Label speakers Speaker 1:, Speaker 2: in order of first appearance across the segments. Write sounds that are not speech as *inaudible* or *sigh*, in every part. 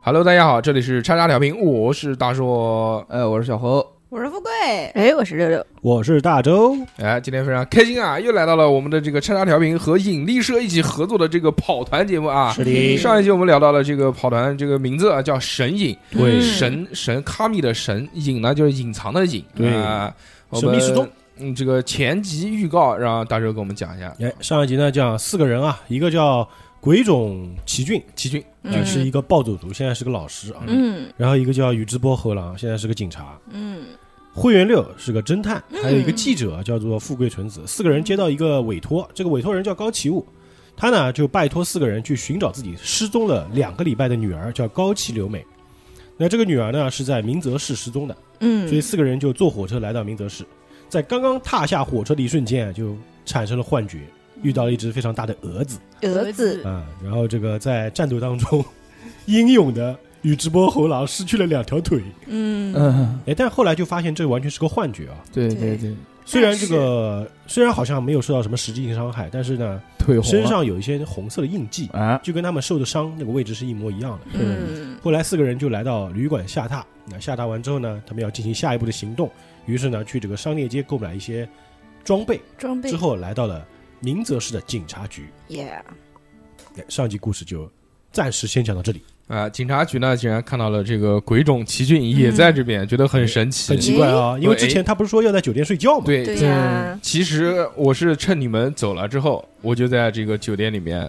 Speaker 1: Hello，大家好，这里是叉叉调频，我是大硕。
Speaker 2: 哎，我是小侯，
Speaker 3: 我是富贵，
Speaker 4: 哎，我是六六，
Speaker 5: 我是大周，
Speaker 1: 哎，今天非常开心啊，又来到了我们的这个叉叉调频和引力社一起合作的这个跑团节目啊。
Speaker 5: 是的
Speaker 1: 上一集我们聊到了这个跑团这个名字啊，叫神隐，
Speaker 5: 对
Speaker 3: 嗯
Speaker 1: 神神卡米的神，隐呢就是隐藏的隐，
Speaker 5: 对
Speaker 1: 啊，我
Speaker 5: 神
Speaker 1: 们
Speaker 5: 秘失踪。
Speaker 1: 嗯，这个前集预告让大周给我们讲一下。
Speaker 5: 哎，上一集呢讲四个人啊，一个叫鬼冢奇骏，
Speaker 1: 奇骏，
Speaker 5: 就
Speaker 3: 嗯
Speaker 5: 是一个暴走族，现在是个老师啊。
Speaker 3: 嗯
Speaker 5: 然后一个叫宇智波和郎，现在是个警察。
Speaker 3: 嗯
Speaker 5: 灰原六是个侦探，还有一个记者叫做富贵纯子。四个人接到一个委托，这个委托人叫高崎武，他呢就拜托四个人去寻找自己失踪了两个礼拜的女儿，叫高崎留美。那这个女儿呢是在明泽市失踪的。
Speaker 3: 嗯，
Speaker 5: 所以四个人就坐火车来到明泽市，在刚刚踏下火车的一瞬间啊，就产生了幻觉，遇到了一只非常大的蛾子
Speaker 3: 蛾子，
Speaker 5: 啊，然后这个在战斗当中， *laughs* 英勇的宇智波猴郎失去了两条腿，
Speaker 3: 嗯
Speaker 2: 嗯，
Speaker 5: 哎，但后来就发现这完全是个幻觉啊，
Speaker 2: *laughs* 对
Speaker 3: 对
Speaker 2: 对，
Speaker 5: 虽然这个虽然好像没有受到什么实际性伤害，但是呢，
Speaker 2: 腿红了
Speaker 5: 身上有一些红色的印记，
Speaker 2: 啊， *laughs*
Speaker 5: 就跟他们受的伤那个位置是一模一样的。
Speaker 3: 嗯
Speaker 5: 后来四个人就来到旅馆下榻。那下榻完之后呢，他们要进行下一步的行动，于是呢，去这个商业街购买一些装备，
Speaker 3: 装备
Speaker 5: 之后来到了明泽市的警察局。
Speaker 3: 耶，
Speaker 5: 哎上集故事就暂时先讲到这里，
Speaker 1: 啊、警察局呢竟然看到了这个鬼冢奇骏
Speaker 5: 嗯
Speaker 1: 也在这边，觉得很神奇。
Speaker 5: 很奇怪啊，因为之前他不是说要在酒店睡觉吗？
Speaker 1: 哎对，
Speaker 3: 对呀，
Speaker 1: 其实我是趁你们走了之后，我就在这个酒店里面，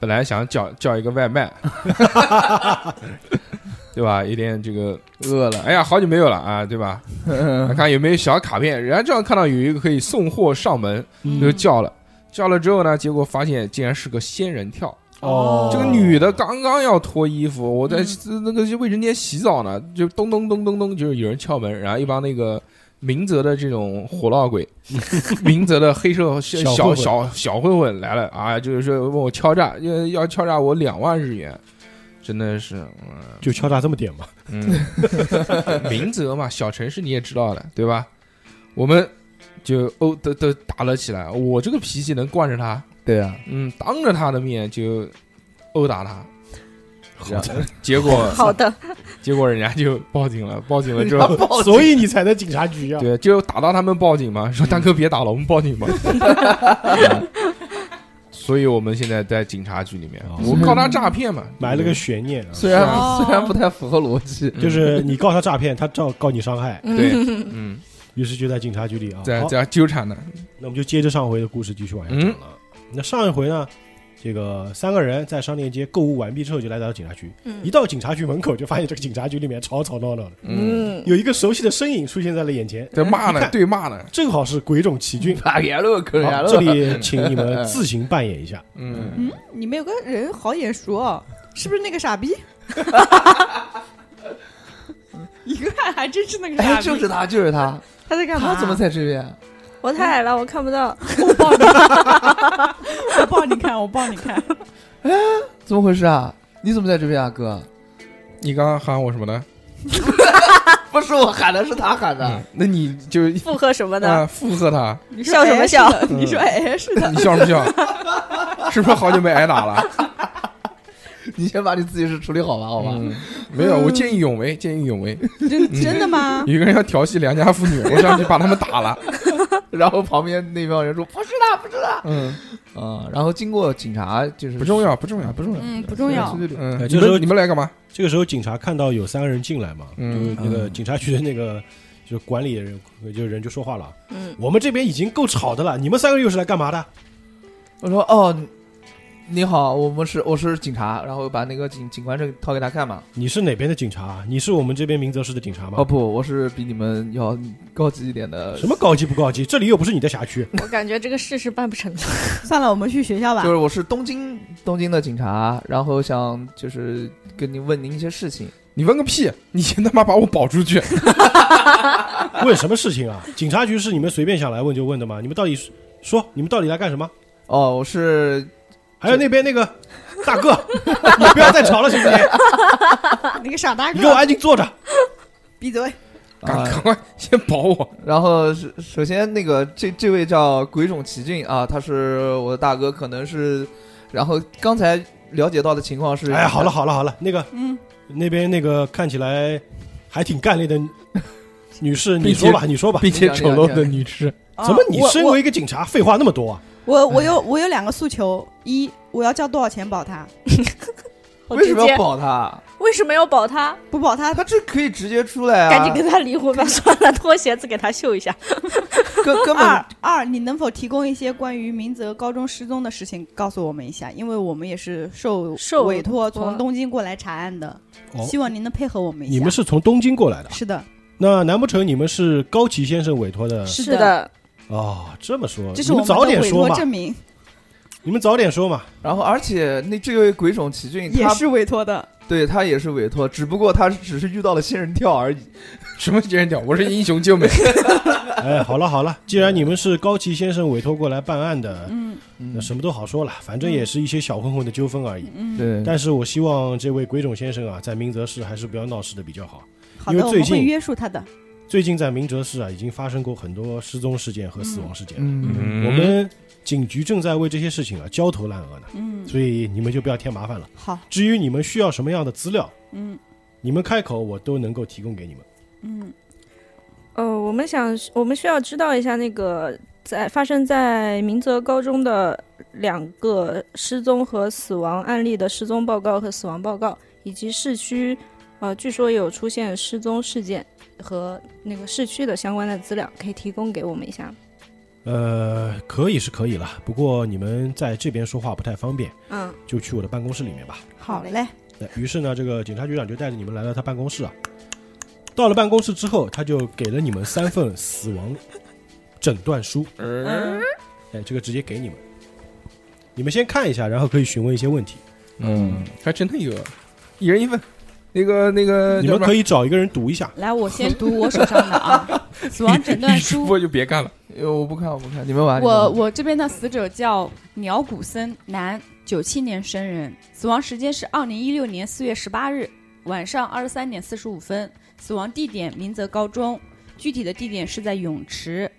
Speaker 1: 本来想叫叫一个外卖，对吧？有点这个，
Speaker 2: 饿了，
Speaker 1: 哎呀，好久没有了啊，对吧？看看有没有小卡片，人家正好看到有一个可以送货上门，
Speaker 3: 嗯
Speaker 1: 就叫了。叫了之后呢，结果发现竟然是个仙人跳。
Speaker 5: 哦嗯
Speaker 1: 这个女的刚刚要脱衣服，我在那个卫生间洗澡呢，就咚咚咚咚咚，就是有人敲门，然后一帮那个明泽的这种火闹鬼， *laughs* 明泽的黑社
Speaker 5: 小
Speaker 1: 小
Speaker 5: 混混
Speaker 1: 小小混混来了啊，就是说问我敲诈，要要敲诈我两万日元，真的是，
Speaker 5: 就敲诈这么点
Speaker 1: *laughs*
Speaker 5: 嘛， *laughs*
Speaker 1: 嗯，明泽嘛，小城市你也知道的，对吧？我们就哦，都都打了起来，我这个脾气能惯着他，
Speaker 2: 对啊，
Speaker 1: 嗯，当着他的面就殴打他。
Speaker 2: 好
Speaker 5: *laughs*
Speaker 2: 的，
Speaker 1: 结果
Speaker 4: 好的，
Speaker 1: *laughs* 结果人家就报警了，报警了之后，
Speaker 5: 所以你才在警察局啊。
Speaker 1: 对，就打到他们报警
Speaker 5: 嗯
Speaker 1: 嘛，说大哥别打了，我们报警
Speaker 5: *laughs*
Speaker 1: 吧。所以我们现在在警察局里面，
Speaker 5: 哦
Speaker 1: 我告他诈骗嘛，嗯
Speaker 5: 埋了个悬念啊，
Speaker 2: 虽然
Speaker 1: 是
Speaker 3: 啊
Speaker 2: 虽然不太符合逻辑，
Speaker 1: 嗯
Speaker 5: 就是你告他诈骗，他照告你伤害，
Speaker 1: 对，嗯，
Speaker 5: 于是就在警察局里啊。
Speaker 1: 在
Speaker 5: 好
Speaker 1: 在纠缠呢，
Speaker 5: 那我们就接着上回的故事继续往下讲了。那上一回呢，这个三个人在商店街购物完毕之后，就来到了警察局。一
Speaker 3: 嗯
Speaker 5: 到警察局门口，就发现这个警察局里面吵吵闹闹的，
Speaker 1: 嗯，
Speaker 5: 有一个熟悉的身影出现在了眼前，
Speaker 1: 在骂
Speaker 5: 你 *laughs*
Speaker 1: 呢，
Speaker 5: 看
Speaker 1: 对骂呢，
Speaker 5: 正好是鬼冢奇骏。
Speaker 2: 打牙路，可 *laughs*
Speaker 5: 好，这里请你们自行扮演一下。
Speaker 1: 嗯，
Speaker 3: 嗯，你们有个人好眼熟哦，是不是那个 *laughs* 傻逼？一看还真是那个傻
Speaker 2: 哎，
Speaker 3: 逼，
Speaker 2: 就是他，就是他，
Speaker 3: 他在干嘛？
Speaker 2: 他怎么在这边？
Speaker 4: 我太矮了，我看不到。
Speaker 3: 我抱你？ *laughs* 我抱你看，我抱你 *laughs* 看，
Speaker 2: 怎么回事啊？你怎么在这边啊，哥？
Speaker 1: 你刚刚喊我什么呢？
Speaker 2: 不是我喊的，是他喊
Speaker 5: 嗯
Speaker 2: 的。
Speaker 1: 那你就
Speaker 4: 附和什么呢？
Speaker 1: 啊
Speaker 2: 嗯
Speaker 1: 附和他，
Speaker 3: 你
Speaker 4: 笑什么笑？
Speaker 3: 你说
Speaker 1: 嗯
Speaker 3: 哎是的，
Speaker 1: 你笑什
Speaker 5: *laughs*
Speaker 1: 么笑？是不是好久没挨打了？
Speaker 2: 你先把你自己事处理好吧，好吧？
Speaker 1: 嗯没有，我见义勇为，见义勇
Speaker 5: *laughs*
Speaker 1: 为。
Speaker 3: 真
Speaker 1: 嗯
Speaker 3: 真的吗？
Speaker 1: 有一个人要调戏良家妇女，我上去把他们打了。
Speaker 2: *laughs* 然后旁边那帮人说不是他，不是他。
Speaker 1: 嗯，
Speaker 2: 嗯，然后经过警察就是啊
Speaker 1: 不重要，不重要，不重要。
Speaker 3: 嗯，不重要
Speaker 2: 出。去旅
Speaker 1: 嗯，
Speaker 5: 哎
Speaker 1: 你
Speaker 5: 这时候
Speaker 1: 们你们来干嘛？
Speaker 5: 这个时候，警察看到有三个人进来嘛，
Speaker 1: 嗯
Speaker 5: 那个警察局的那个就是管理人，就是人就说话了：“
Speaker 3: 嗯，
Speaker 5: 我们这边已经够吵的了，你们三个人又是来干嘛的？
Speaker 2: 我说哦，你好，我们是我是警察，然后把那个警警官证掏给他看嘛。
Speaker 5: 你是哪边的警察？啊你是我们这边明泽市的警察吗？
Speaker 2: 哦不，我是比你们要高级一点的，
Speaker 5: 什么高级不高级？这里又不是你的辖区。
Speaker 4: 我感觉这个事是办不成的。
Speaker 3: 算了，我们去学校吧
Speaker 2: 就。是我是东京东京的警察，然后想就是跟您问您一些事情。
Speaker 1: 你问个屁！你先他妈把我保出 *laughs* 去！
Speaker 5: 问什么事情
Speaker 3: *laughs*
Speaker 5: 啊？警察局是你们随便想来问就问的吗？你们到底是说你们到底来干什么？
Speaker 2: 哦，我是
Speaker 5: 还有那边那个大哥， *laughs* 你不要再吵了，行
Speaker 3: *laughs*
Speaker 5: 不行？
Speaker 3: 那个傻大
Speaker 5: 你给我
Speaker 3: 个，
Speaker 5: 安静坐着。
Speaker 3: 闭嘴！
Speaker 1: 赶
Speaker 2: 啊、
Speaker 1: 赶快先保 *laughs* 我！
Speaker 2: 然后是首先那个这这位叫鬼冢奇骏啊，他是我的大哥，可能是，然后刚才了解到的情况是，
Speaker 5: 哎哎，好了，好了好了，那个
Speaker 3: 嗯，
Speaker 5: 那边那个看起来还挺干练的女
Speaker 3: *laughs*
Speaker 5: 士，
Speaker 1: 并
Speaker 5: 你
Speaker 1: 且
Speaker 5: 说吧，你说吧，
Speaker 1: 并且丑陋的女士，
Speaker 5: 怎么你
Speaker 3: 啊我
Speaker 5: 身为一个警察，废话那么多啊？
Speaker 3: 我我有我有两个诉求：一，我要交多少钱保他？
Speaker 4: 好
Speaker 2: 为
Speaker 4: 直
Speaker 2: 什么要
Speaker 4: 接。
Speaker 2: 保他？
Speaker 4: 为什么要保他？
Speaker 3: 不保
Speaker 5: *laughs*
Speaker 3: 他，
Speaker 2: 他这可以直接出来啊！
Speaker 4: 赶紧跟他离婚 *laughs* 吧，算了，脱鞋子给他秀一下。
Speaker 2: 根根本
Speaker 3: 二二，你能否提供一些关于明泽高中失踪的事情，告诉我们一下？因为我们也是受
Speaker 4: 受
Speaker 3: 委托
Speaker 4: 委托
Speaker 3: 从东京过来查案的，
Speaker 5: 哦，
Speaker 3: 希望您能配合我们一下。
Speaker 5: 你们是从东京过来的啊，
Speaker 3: 是的，
Speaker 5: 那难不成你们是高崎先生委托的？
Speaker 3: 是的
Speaker 4: 的，
Speaker 5: 哦，这么说，
Speaker 3: 这是
Speaker 5: 你
Speaker 3: 我们
Speaker 5: 们
Speaker 3: 的
Speaker 5: 早点
Speaker 3: 委
Speaker 5: 说
Speaker 3: 托
Speaker 5: 嘛，
Speaker 3: 证明，
Speaker 5: 你们早点说嘛。
Speaker 2: 然后，而且那这位鬼冢奇骏，
Speaker 3: 也
Speaker 2: 他
Speaker 3: 是委托的。
Speaker 2: 对他也是委托，只不过他只是遇到了仙人跳而已。
Speaker 1: 什么仙人跳？我是英雄 *laughs* 救美，
Speaker 5: 哎，好了好了，既然你们是高崎先生委托过来办案的，
Speaker 3: 嗯
Speaker 5: 那什么都好说了，反正也是一些小混混的纠纷而已。
Speaker 3: 嗯，
Speaker 2: 对，
Speaker 5: 但是我希望这位鬼冢先生啊，在明泽市还是不要闹事的比较好。
Speaker 3: 好
Speaker 5: 因为
Speaker 3: 的，我
Speaker 5: 最
Speaker 3: 们会
Speaker 5: 近
Speaker 3: 约束他的。
Speaker 5: 最近在明泽市啊，已经发生过很多失踪事件和死亡事件，
Speaker 2: 嗯，
Speaker 5: 我们警局正在为这些事情啊焦头烂额呢，
Speaker 3: 嗯，
Speaker 5: 所以你们就不要添麻烦了。
Speaker 3: 好，
Speaker 5: 至于你们需要什么样的资料，
Speaker 3: 嗯
Speaker 5: 你们开口我都能够提供给你们。
Speaker 3: 嗯，
Speaker 4: 呃，我们想，我们需要知道一下那个在发生在明泽高中的两个失踪和死亡案例的失踪报告和死亡报告，以及市区，呃，据说有出现失踪事件和那个市区的相关的资料，可以提供给我们一下吗。
Speaker 5: 呃，可以是可以了，不过你们在这边说话不太方便，
Speaker 4: 嗯，
Speaker 5: 就去我的办公室里面吧。
Speaker 3: 好嘞，
Speaker 5: 那哎于是呢，这个警察局长就带着你们来到他办公室啊。到了办公室之后，他就给了你们三份死亡诊断书，
Speaker 1: 嗯
Speaker 5: 哎，这个直接给你们，你们先看一下，然后可以询问一些问题。
Speaker 1: 嗯，还真的有，一人一份。那个那个，
Speaker 5: 你们可以找一个人读一下。
Speaker 6: 来，我先读我手上
Speaker 5: *laughs*
Speaker 6: 的啊，死亡诊断
Speaker 1: 主
Speaker 6: 书。
Speaker 1: 播就别干了，
Speaker 2: 呃我不看，我不啊看，你们玩。
Speaker 6: 我
Speaker 2: 你们玩
Speaker 6: 我这边的死者叫鸟谷森，男，九七年生人，死亡时间是二零一六年四月十八日晚上二十三点四十五分，死亡地点明泽高中，具体的地点是在泳池。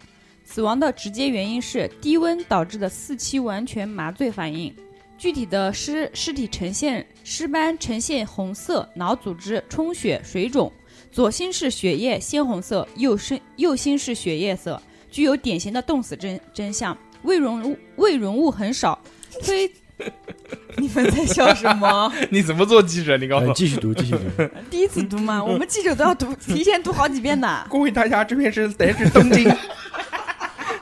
Speaker 6: 死亡的直接原因是低温导致的四期完全麻醉反应。具体的尸尸体呈现尸斑呈现红色，脑组织充血水肿，左心室血液鲜红色，右身右心室血液色，具有典型的冻死真真相，胃溶物胃溶物很少，推。 *laughs* 你们在笑什 *laughs* 么？
Speaker 1: *laughs* 你怎么做记者？你告诉
Speaker 5: 哎
Speaker 1: 我，
Speaker 5: 继续读，继续读。
Speaker 6: 第一次读吗？我们记者都要 *laughs* 读，提前读好几遍的。
Speaker 1: 各位大家，这边是来自东
Speaker 2: *laughs*
Speaker 1: 京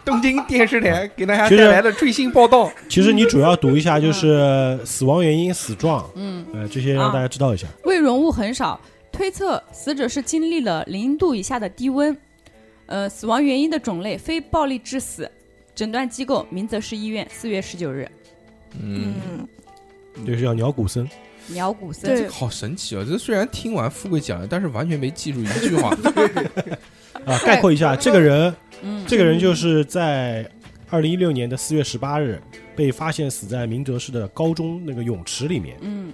Speaker 1: 东京电视台给大家
Speaker 5: 其实
Speaker 1: 带来的最新报道。
Speaker 5: 其实你主要读一下就是死亡原因、死状，
Speaker 6: 嗯，
Speaker 5: 呃，这些让大家知道一下。
Speaker 6: 胃溶物很少，推测死者是经历了零度以下的低温。呃，死亡原因的种类非暴力致死，诊断机构明泽市医院，四月十九日。
Speaker 1: 嗯，
Speaker 4: *laughs* 嗯，
Speaker 5: 就是叫鸟谷森，
Speaker 6: 鸟谷森，
Speaker 4: 对，
Speaker 1: 好神奇啊！这虽然听完富贵讲了，但是完全没记住一句 *laughs* 话。
Speaker 5: 啊，概括一下，这个人，
Speaker 6: 嗯，
Speaker 5: 这个人就是在二零一六年的四月十八日被发现死在明哲市的高中那个泳池里面，
Speaker 6: 嗯，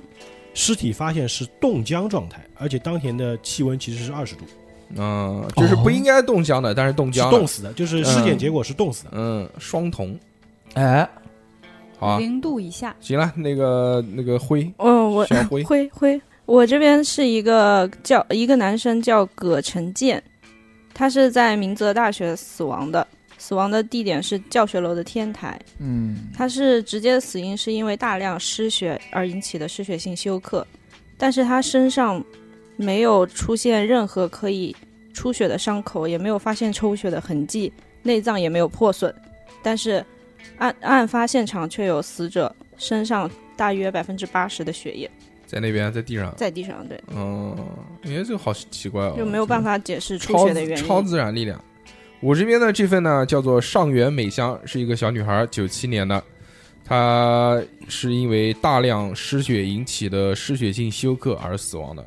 Speaker 5: 尸体发现是冻僵状态，而且当天的气温其实是二十度，
Speaker 1: 嗯，就是不应该冻僵的，但是冻
Speaker 5: 是
Speaker 1: 僵
Speaker 5: 冻
Speaker 1: 了。
Speaker 5: 死的，就是尸检结果是冻死的。
Speaker 1: 嗯，双瞳。
Speaker 2: 哎，
Speaker 1: 好啊，
Speaker 6: 零度以下。
Speaker 1: 行了，那个那个灰，
Speaker 4: 哦，我
Speaker 1: 小灰，
Speaker 4: 灰灰，我这边是一个叫一个男生叫葛成建，他是在明泽大学死亡的，死亡的地点是教学楼的天台。
Speaker 2: 嗯，
Speaker 4: 他是直接的死因是因为大量失血而引起的失血性休克，但是他身上没有出现任何可以出血的伤口，也没有发现抽血的痕迹，内脏也没有破损，但是案案发现场却有死者身上大约百分之八十的血液
Speaker 1: 在那边，在地上。
Speaker 4: 在地上，对，
Speaker 1: 嗯，哎，这个好奇怪哦，
Speaker 4: *laughs* 就没有办法解释出
Speaker 1: 超
Speaker 4: 血的原因。
Speaker 1: 超自然力量。我这边呢，这份呢叫做上原美香，是一个小女孩，九七年的，她是因为大量失血引起的失血性休克而死亡的。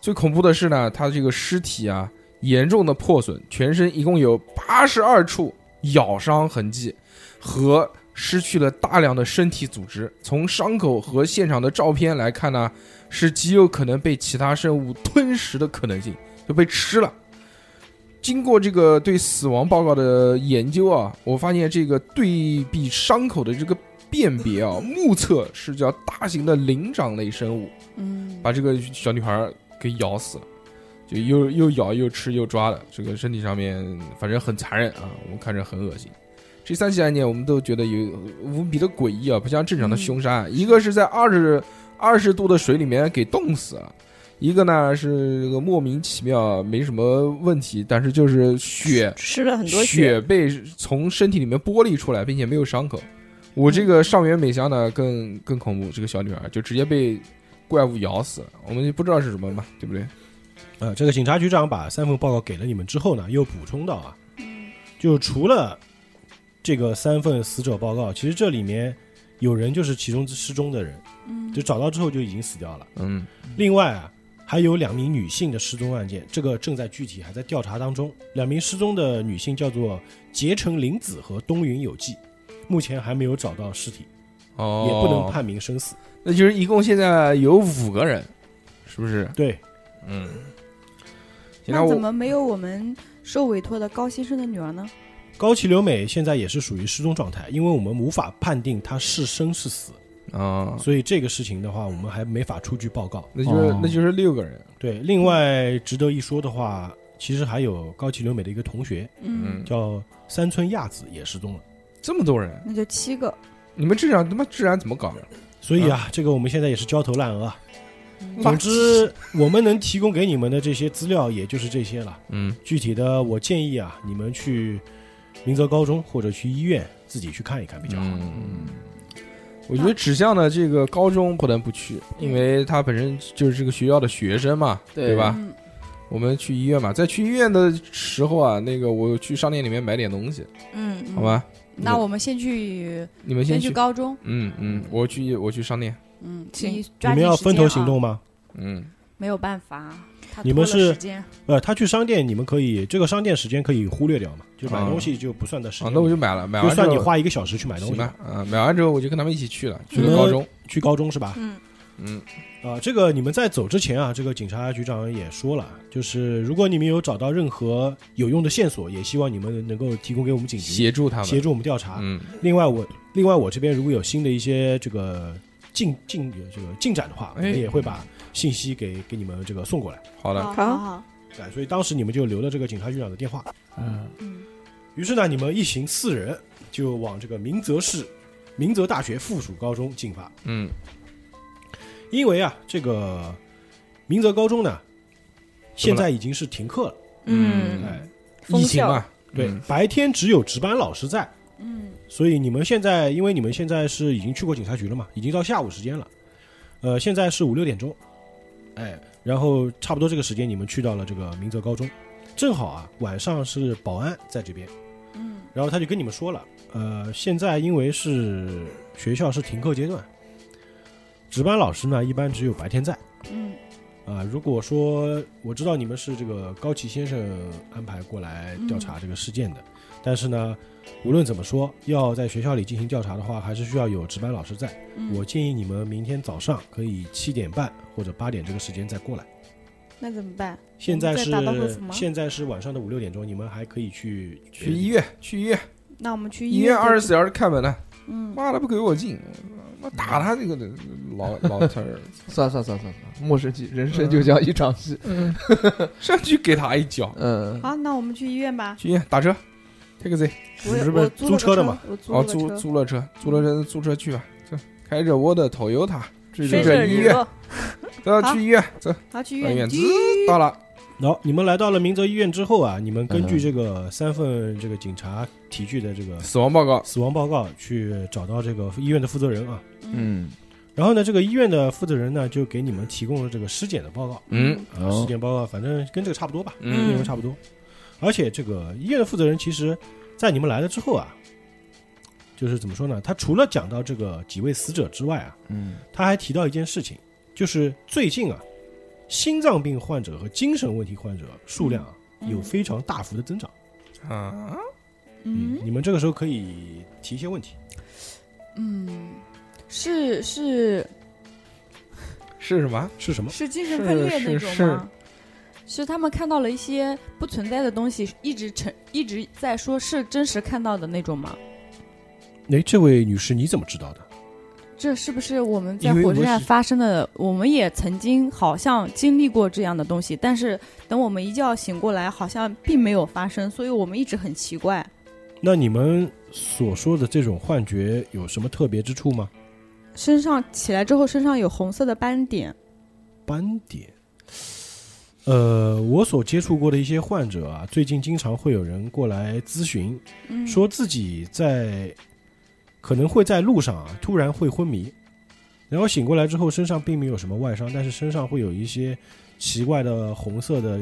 Speaker 1: 最恐怖的是呢，她这个尸体啊严重的破损，全身一共有八十二处咬伤痕迹和失去了大量的身体组织。从伤口和现场的照片来看呢，是极有可能被其他生物吞食的可能性，就被吃了。经过这个对死亡报告的研究啊，我发现这个对比伤口的这个辨别啊，目测是叫大型的灵长类生物，
Speaker 6: 嗯，
Speaker 1: 把这个小女孩给咬死了，就又又咬又吃又抓的，这个身体上面反正很残忍啊，我们看着很恶心。这三起案件我们都觉得有无比的诡异啊，不像正常的凶杀案。一个是在二十二十度的水里面给冻死了，一个呢是这个莫名其妙没什么问题，但是就是血
Speaker 4: 吃了很多血，
Speaker 1: 血被从身体里面剥离出来，并且没有伤口。我这个上元美香呢更更恐怖，这个小女孩就直接被怪物咬死了，我们就不知道是什么嘛，对不对？嗯
Speaker 5: 呃，这个警察局长把三份报告给了你们之后呢，又补充到啊，就除了这个三份死者报告，其实这里面有人就是其中失踪的人，
Speaker 6: 嗯
Speaker 5: 就找到之后就已经死掉了。
Speaker 1: 嗯，
Speaker 5: 另外啊，还有两名女性的失踪案件，这个正在具体还在调查当中。两名失踪的女性叫做结城绫子和东云有纪，目前还没有找到尸体，
Speaker 1: 哦，
Speaker 5: 也不能，判明生死。
Speaker 1: 那就是一共现在有五个人，是不是？
Speaker 5: 对，
Speaker 1: 嗯，现在
Speaker 6: 那
Speaker 1: 我
Speaker 6: 怎么没有我们受委托的高先生的女儿呢？
Speaker 5: 高崎留美现在也是属于失踪状态，因为我们无法判定她是生是死，
Speaker 1: 啊、
Speaker 5: 所以这个事情的话，我们还没法出具报告。
Speaker 1: 那就是、
Speaker 2: 哦
Speaker 1: 那就是六个人，
Speaker 5: 对，另外值得一说的话，其实还有高崎留美的一个同学
Speaker 1: 嗯，
Speaker 5: 叫山村亚子也失踪了，
Speaker 1: 这么多人，
Speaker 6: 那就七个。
Speaker 1: 你们这样他妈治安怎么搞？
Speaker 5: 所以啊，这个我们现在也是焦头烂额啊。
Speaker 1: 垃
Speaker 6: 嗯
Speaker 5: 总
Speaker 1: 圾
Speaker 5: 之，我们能提供给你们的这些资料也就是这些了。
Speaker 1: 嗯，
Speaker 5: 具体的，我建议啊，你们去明泽高中或者去医院自己去看一看比较好。
Speaker 1: 嗯，我觉得指向呢，这个高中不能不去，因为他本身就是这个学校的学生嘛，
Speaker 2: 对
Speaker 1: 对吧？
Speaker 6: 嗯，
Speaker 1: 我们去医院嘛，在去医院的时候啊，那个我去商店里面买点东西，
Speaker 4: 嗯，
Speaker 1: 好吧？
Speaker 6: 那我们先去，
Speaker 1: 你们
Speaker 6: 先
Speaker 1: 去
Speaker 6: 去，高中。
Speaker 1: 嗯嗯，我去我去商店，
Speaker 6: 嗯，
Speaker 4: 行
Speaker 6: 你
Speaker 5: 你
Speaker 6: 抓
Speaker 5: 们
Speaker 6: 紧
Speaker 5: 要
Speaker 6: 时
Speaker 5: 分
Speaker 6: 间
Speaker 5: 头
Speaker 6: 啊
Speaker 5: 行动吗？
Speaker 1: 嗯
Speaker 6: 没有办法，他
Speaker 5: 你们
Speaker 6: 拖了
Speaker 5: 是
Speaker 6: 时间
Speaker 5: 呃，他去商店，你们可以这个商店时间可以忽略掉嘛，就买
Speaker 1: 啊
Speaker 5: 东西就不算在时
Speaker 1: 啊
Speaker 5: 间，里。
Speaker 1: 那我就买了，买
Speaker 5: 就
Speaker 1: 完之
Speaker 5: 算你
Speaker 1: 后
Speaker 5: 花一个小时去买东
Speaker 1: 行
Speaker 5: 西
Speaker 1: 吧，，啊，买完之后我就跟他们一起去了，去了
Speaker 5: 嗯
Speaker 1: 高中，
Speaker 5: 去高中是吧？
Speaker 4: 嗯，
Speaker 1: 嗯
Speaker 5: 啊、这个你们在走之前啊，这个警察局长也说了，啊就是如果你们有找到任何有用的线索，也希望你们能够提供给我们警局
Speaker 1: 协助他
Speaker 5: 协
Speaker 1: 们，
Speaker 5: 助我们调查。
Speaker 1: 嗯
Speaker 5: 另外我另外我这边如果有新的一些这个进进这个进展的话，我
Speaker 1: 哎
Speaker 5: 们也会把信息给给你们这个送过来。
Speaker 1: 嗯好的，
Speaker 4: 好
Speaker 6: 好，
Speaker 5: 哎，所以当时你们就留了这个警察局长的电话。
Speaker 2: 嗯，
Speaker 5: 于是呢，你们一行四人就往这个明泽市明泽大学附属高中进发。
Speaker 1: 嗯
Speaker 5: 因为啊，这个明泽高中呢，
Speaker 1: 怎么
Speaker 5: 现
Speaker 1: 了
Speaker 5: 在已经是停课了。
Speaker 1: 嗯
Speaker 5: 哎，
Speaker 4: 封
Speaker 1: 疫情
Speaker 4: 校，
Speaker 1: 嘛，
Speaker 5: 对，
Speaker 1: 嗯
Speaker 5: 白天只有值班老师在，
Speaker 6: 嗯，
Speaker 5: 所以你们现在，因为你们现在是已经去过警察局了嘛，已经到下午时间了，呃，现在是五六点钟，哎，然后差不多这个时间你们去到了这个明泽高中，正好啊，晚上是保安在这边，嗯，然后他就跟你们说了，呃，现在因为是学校是停课阶段，值班老师呢一般只有白天在，
Speaker 6: 嗯，
Speaker 5: 啊、如果说我知道你们是这个高崎先生安排过来
Speaker 6: 嗯
Speaker 5: 调查这个事件的，但是呢，无论怎么说，要在学校里进行调查的话，还是需要有值班老师在。
Speaker 6: 嗯
Speaker 5: 我建议你们明天早上可以七点半或者八点这个时间再过来。
Speaker 6: 那怎么办？
Speaker 5: 现在是
Speaker 6: 我们再打道回府吗
Speaker 5: 现在是晚上的五六点钟，你们还可以去
Speaker 1: 去医院，去医院，
Speaker 6: 那我们去
Speaker 1: 医
Speaker 6: 院
Speaker 1: 院二十四小时开门呢，
Speaker 6: 嗯，
Speaker 1: 妈的不给我进，妈打他这个的老老头儿，
Speaker 2: 算算算算算，莫生气，人生
Speaker 1: 嗯
Speaker 2: 就像一场戏。
Speaker 1: 上去给他一脚，
Speaker 2: 嗯，
Speaker 6: 好，那我们去医院吧。
Speaker 1: 去医院打车，take a Z，
Speaker 6: 我
Speaker 5: 你是不
Speaker 6: 我
Speaker 5: 是
Speaker 6: 租
Speaker 5: 租
Speaker 6: 了个
Speaker 5: 车的
Speaker 6: 车
Speaker 5: 嘛？
Speaker 6: 我租
Speaker 1: 哦，租
Speaker 6: 了个车。
Speaker 1: 租了车，租了车，租车去吧，走，开着我的 Toyota，
Speaker 4: 追
Speaker 1: 着
Speaker 4: 着
Speaker 1: 医
Speaker 4: 日
Speaker 1: 院
Speaker 4: 落，
Speaker 1: 走
Speaker 6: 好
Speaker 1: 去医院，走
Speaker 6: 好，去医
Speaker 1: 到医院，
Speaker 6: 院
Speaker 5: 嗯
Speaker 1: 滋。到了，
Speaker 5: 然呃后你们来到了明泽医院之后啊，你们根据
Speaker 2: 嗯
Speaker 5: 这个三份这个警察提具的这个
Speaker 1: 死亡报告，
Speaker 5: 死亡报告去找到这个医院的负责人啊。
Speaker 2: 嗯，
Speaker 5: 然后呢，这个医院的负责人呢，就给你们提供了这个尸检的报告。
Speaker 1: 嗯
Speaker 5: 啊，尸检报告反正跟这个差不多吧，内容
Speaker 1: 嗯
Speaker 5: 差不多。而且这个医院的负责人，其实，在你们来了之后啊，就是怎么说呢？他除了讲到这个几位死者之外啊，
Speaker 2: 嗯，
Speaker 5: 他还提到一件事情，就是最近啊，心脏病患者和精神问题患者数量啊，
Speaker 1: 嗯
Speaker 5: 有非常大幅的增长。
Speaker 1: 啊，
Speaker 6: 嗯
Speaker 5: 你们这个时候可以提一些问题。
Speaker 6: 嗯，是是
Speaker 1: 是什么？
Speaker 5: 是什么？
Speaker 6: 是精神
Speaker 1: 是
Speaker 6: 分裂那
Speaker 1: 是
Speaker 6: 种
Speaker 1: 是
Speaker 6: 吗？是他们看到了一些不存在的东西，一直成一直在说是真实看到的那种吗？
Speaker 5: 哎，这位女士你怎么知道的？
Speaker 6: 这是不是我们在
Speaker 5: 因为
Speaker 6: 火车
Speaker 5: 我
Speaker 6: 站
Speaker 5: 是
Speaker 6: 发生的？我们也曾经好像经历过这样的东西，但是等我们一觉醒过来，好像并没有发生，所以我们一直很奇怪。
Speaker 5: 那你们所说的这种幻觉有什么特别之处吗？
Speaker 6: 身上起来之后，身上有红色的斑点，
Speaker 5: 斑点。呃，我所接触过的一些患者啊，最近经常会有人过来咨询，
Speaker 6: 嗯
Speaker 5: 说自己在可能会在路上啊，突然会昏迷，然后醒过来之后身上并没有什么外伤，但是身上会有一些奇怪的红色的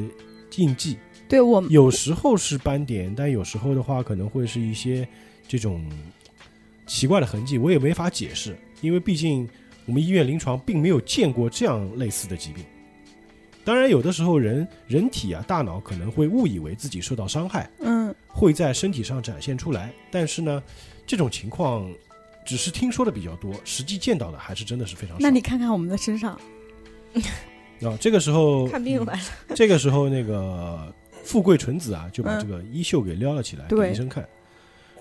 Speaker 5: 印记，
Speaker 6: 对我们
Speaker 5: 有时候是斑点，但有时候的话可能会是一些这种奇怪的痕迹，我也没法解释，因为毕竟我们医院临床并没有见过这样类似的疾病。当然，有的时候人人体啊，大脑可能会误以为自己受到伤害，
Speaker 6: 嗯，
Speaker 5: 会在身体上展现出来。但是呢，这种情况只是听说的比较多，实际见到的还是真的是非常少
Speaker 6: 那。你看看我们的身上，
Speaker 5: 啊，这个时候
Speaker 4: 看病来了，
Speaker 5: 这个时候，那个富贵纯子啊，就把
Speaker 6: 嗯
Speaker 5: 这个衣袖给撩了起来，
Speaker 6: 对
Speaker 5: 给医生看。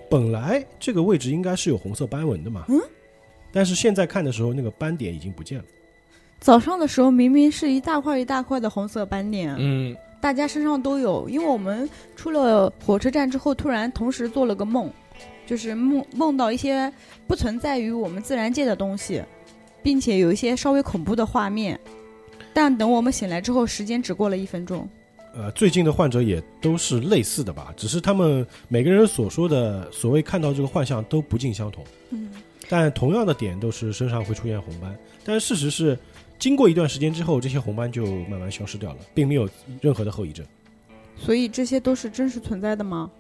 Speaker 5: 本来这个位置应该是有红色斑纹的嘛，嗯，但是现在看的时候，那个斑点已经不见了。
Speaker 6: 早上的时候明明是一大块一大块的红色斑点，
Speaker 1: 嗯，
Speaker 6: 大家身上都有，因为我们出了火车站之后，突然同时做了个梦，就是梦梦到一些不存在于我们自然界的东西，并且有一些稍微恐怖的画面。但等我们醒来之后，时间只过了一分钟。
Speaker 5: 呃，最近的患者也都是类似的吧，只是他们每个人所说的所谓看到这个幻象都不尽相同，
Speaker 4: 嗯，
Speaker 5: 但同样的点都是身上会出现红斑，但是事实是，经过一段时间之后，这些红斑就慢慢消失掉了，并没有任何的后遗症。
Speaker 6: 所以这些都是真实存在的吗？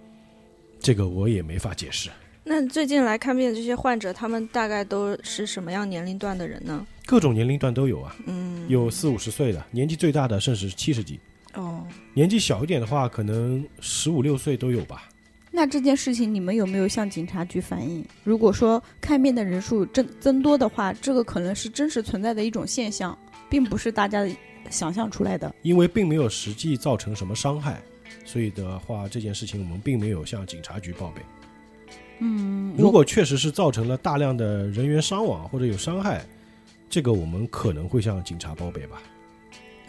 Speaker 5: 这个我也没法解释。
Speaker 4: 那最近来看病的这些患者，他们大概都是什么样年龄段的人呢？
Speaker 5: 各种年龄段都有啊，
Speaker 4: 嗯，
Speaker 5: 有四五十岁的，年纪最大的甚至七十几，
Speaker 4: 哦，
Speaker 5: 年纪小一点的话，可能十五六岁都有吧。
Speaker 6: 那这件事情你们有没有向警察局反映？如果说看病的人数增增多的话，这个可能是真实存在的一种现象，并不是大家想象出来的。
Speaker 5: 因为并没有实际造成什么伤害，所以的话，这件事情我们并没有向警察局报备。
Speaker 6: 嗯，
Speaker 5: 如果确实是造成了大量的人员伤亡或者有伤害，这个我们可能会向警察报备吧。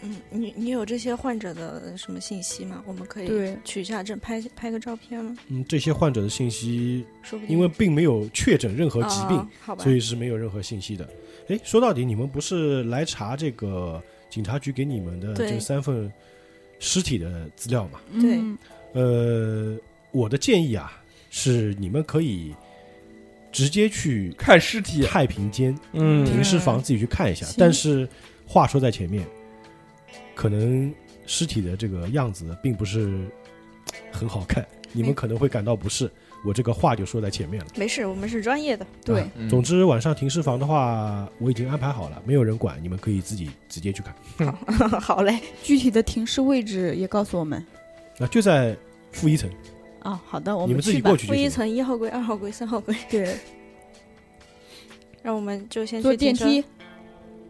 Speaker 4: 嗯，你你有这些患者的什么信息吗？我们可以
Speaker 6: 对，
Speaker 4: 取一下证，拍拍个照片吗？
Speaker 5: 嗯，这些患者的信息，
Speaker 4: 说不定
Speaker 5: 因为并没有确诊任何疾病，
Speaker 4: 哦好吧，
Speaker 5: 所以是没有任何信息的。哎，说到底，你们不是来查这个警察局给你们的
Speaker 4: 对
Speaker 5: 这三份尸体的资料吗？
Speaker 4: 对
Speaker 6: 嗯
Speaker 5: 呃，我的建议啊，是你们可以直接去
Speaker 1: 看尸体，
Speaker 5: 太平间
Speaker 1: 嗯
Speaker 5: 停尸房自己去看一下
Speaker 6: 行。
Speaker 5: 但是话说在前面，可能尸体的这个样子并不是很好看，你们
Speaker 4: 哎
Speaker 6: 没
Speaker 5: 可能会感到不适。我这个话就说在前面了。
Speaker 4: 没事，我们是专业的。
Speaker 6: 对
Speaker 5: 啊
Speaker 1: 嗯
Speaker 5: 总之晚上停尸房的话，我已经安排好了，没有人管，你们可以自己直接去看。
Speaker 4: 好 *laughs* 嘞，
Speaker 6: 具体的停尸位置也告诉我们。
Speaker 5: 那就在负一层，
Speaker 6: 啊、好的，我
Speaker 5: 你们自己
Speaker 6: 去吧
Speaker 5: 过。去就
Speaker 4: 负一
Speaker 5: 行。
Speaker 4: 层一号柜、二号柜、三号柜，
Speaker 6: 对，
Speaker 4: 让我们就先
Speaker 6: 坐
Speaker 4: 去
Speaker 6: 电
Speaker 4: 停车。
Speaker 6: 梯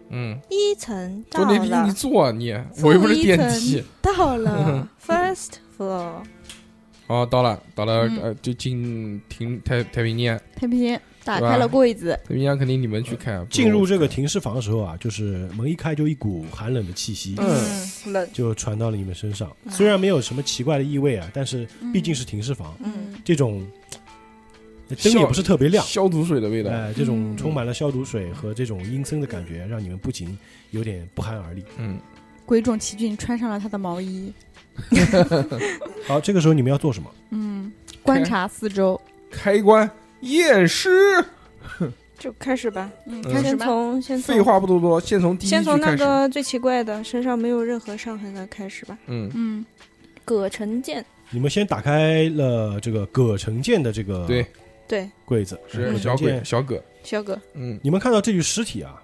Speaker 1: 嗯，
Speaker 4: 一层到
Speaker 1: 坐电梯你 *laughs*
Speaker 4: 了，
Speaker 1: 坐啊你，我又不是电梯。
Speaker 4: 到
Speaker 1: *laughs*
Speaker 4: 了 first floor。
Speaker 1: 哦，到了，到了，
Speaker 6: 嗯
Speaker 1: 呃，就进停太太平间，
Speaker 6: 太平间打
Speaker 1: 是吧
Speaker 6: 开了柜子，
Speaker 1: 太平间肯定你们去看。啊
Speaker 5: 嗯进入
Speaker 1: 不是
Speaker 5: 这个停尸房的时候啊，就是门一开就一股寒冷的气息，
Speaker 4: 嗯，冷，
Speaker 5: 就传到了你们身上。
Speaker 4: 嗯
Speaker 5: 虽然没有什么奇怪的异味啊，但是毕竟是停尸房，
Speaker 4: 嗯，
Speaker 5: 这种呃灯也不是特别亮，
Speaker 1: 消毒水的味道。
Speaker 5: 哎，这种充满了消毒水和这种阴森的感觉，让你们不禁有点不寒而栗。
Speaker 1: 嗯，
Speaker 6: 鬼冢奇骏穿上了他的毛衣，
Speaker 5: 好，这个时候你们要做什么？
Speaker 6: 嗯，观察四周，
Speaker 1: 开棺验尸。
Speaker 4: 就开始吧。
Speaker 6: 嗯，
Speaker 1: 嗯
Speaker 6: 开始
Speaker 4: 先
Speaker 6: 吧。
Speaker 4: 从先
Speaker 1: 废
Speaker 4: 从
Speaker 1: 话不多说，先从第一
Speaker 4: 先
Speaker 1: 句
Speaker 4: 从那
Speaker 1: 开始。
Speaker 4: 个最奇怪的，身上没有任何伤痕的开始吧。
Speaker 1: 嗯，
Speaker 6: 嗯，
Speaker 4: 葛城健，
Speaker 5: 你们先打开了这个葛城建的这个
Speaker 1: 对，
Speaker 4: 对，
Speaker 5: 柜子，
Speaker 1: 是
Speaker 5: 葛
Speaker 1: 小
Speaker 5: 城
Speaker 1: 鬼
Speaker 5: 建
Speaker 1: 小葛。
Speaker 4: 小葛，
Speaker 1: 嗯，
Speaker 5: 你们看到这具尸体啊，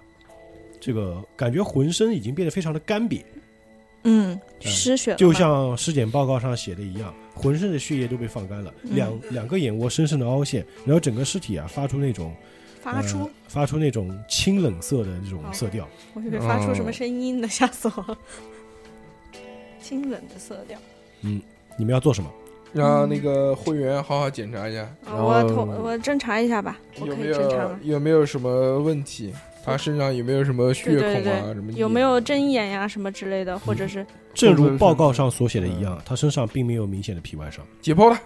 Speaker 5: 这个感觉浑身已经变得非常的干瘪，
Speaker 4: 嗯，
Speaker 5: 嗯
Speaker 4: 失血了
Speaker 5: 就
Speaker 4: 吧
Speaker 5: 像尸检报告上写的一样，浑身的血液都被放干了，
Speaker 4: 嗯
Speaker 5: 两两个眼窝深深的凹陷，然后整个尸体啊发出那种
Speaker 4: 发出
Speaker 5: 呃，发出那种清冷色的这种
Speaker 4: 哦
Speaker 5: 色调，
Speaker 4: 我以为
Speaker 1: 嗯
Speaker 4: 发出什么声音呢，
Speaker 1: 哦
Speaker 4: 吓死我了。清冷的色调，
Speaker 5: 你们要做什么？
Speaker 1: 嗯让那个会员好好检查一下，
Speaker 4: 啊
Speaker 1: 然
Speaker 4: 我
Speaker 1: 后
Speaker 4: 同我侦查一下吧，嗯我
Speaker 1: 有
Speaker 4: 可
Speaker 1: 没
Speaker 4: 以侦查
Speaker 1: 有
Speaker 4: 吗？
Speaker 1: 有没有什么问题？他身上有没有什么血
Speaker 4: 对对
Speaker 1: 孔啊？什么
Speaker 4: 对，有没有针眼呀什么之类的，或者是
Speaker 5: 正如报告上所写的一
Speaker 6: 嗯
Speaker 5: 样，他身上并没有明显的皮外伤。
Speaker 1: 解剖了？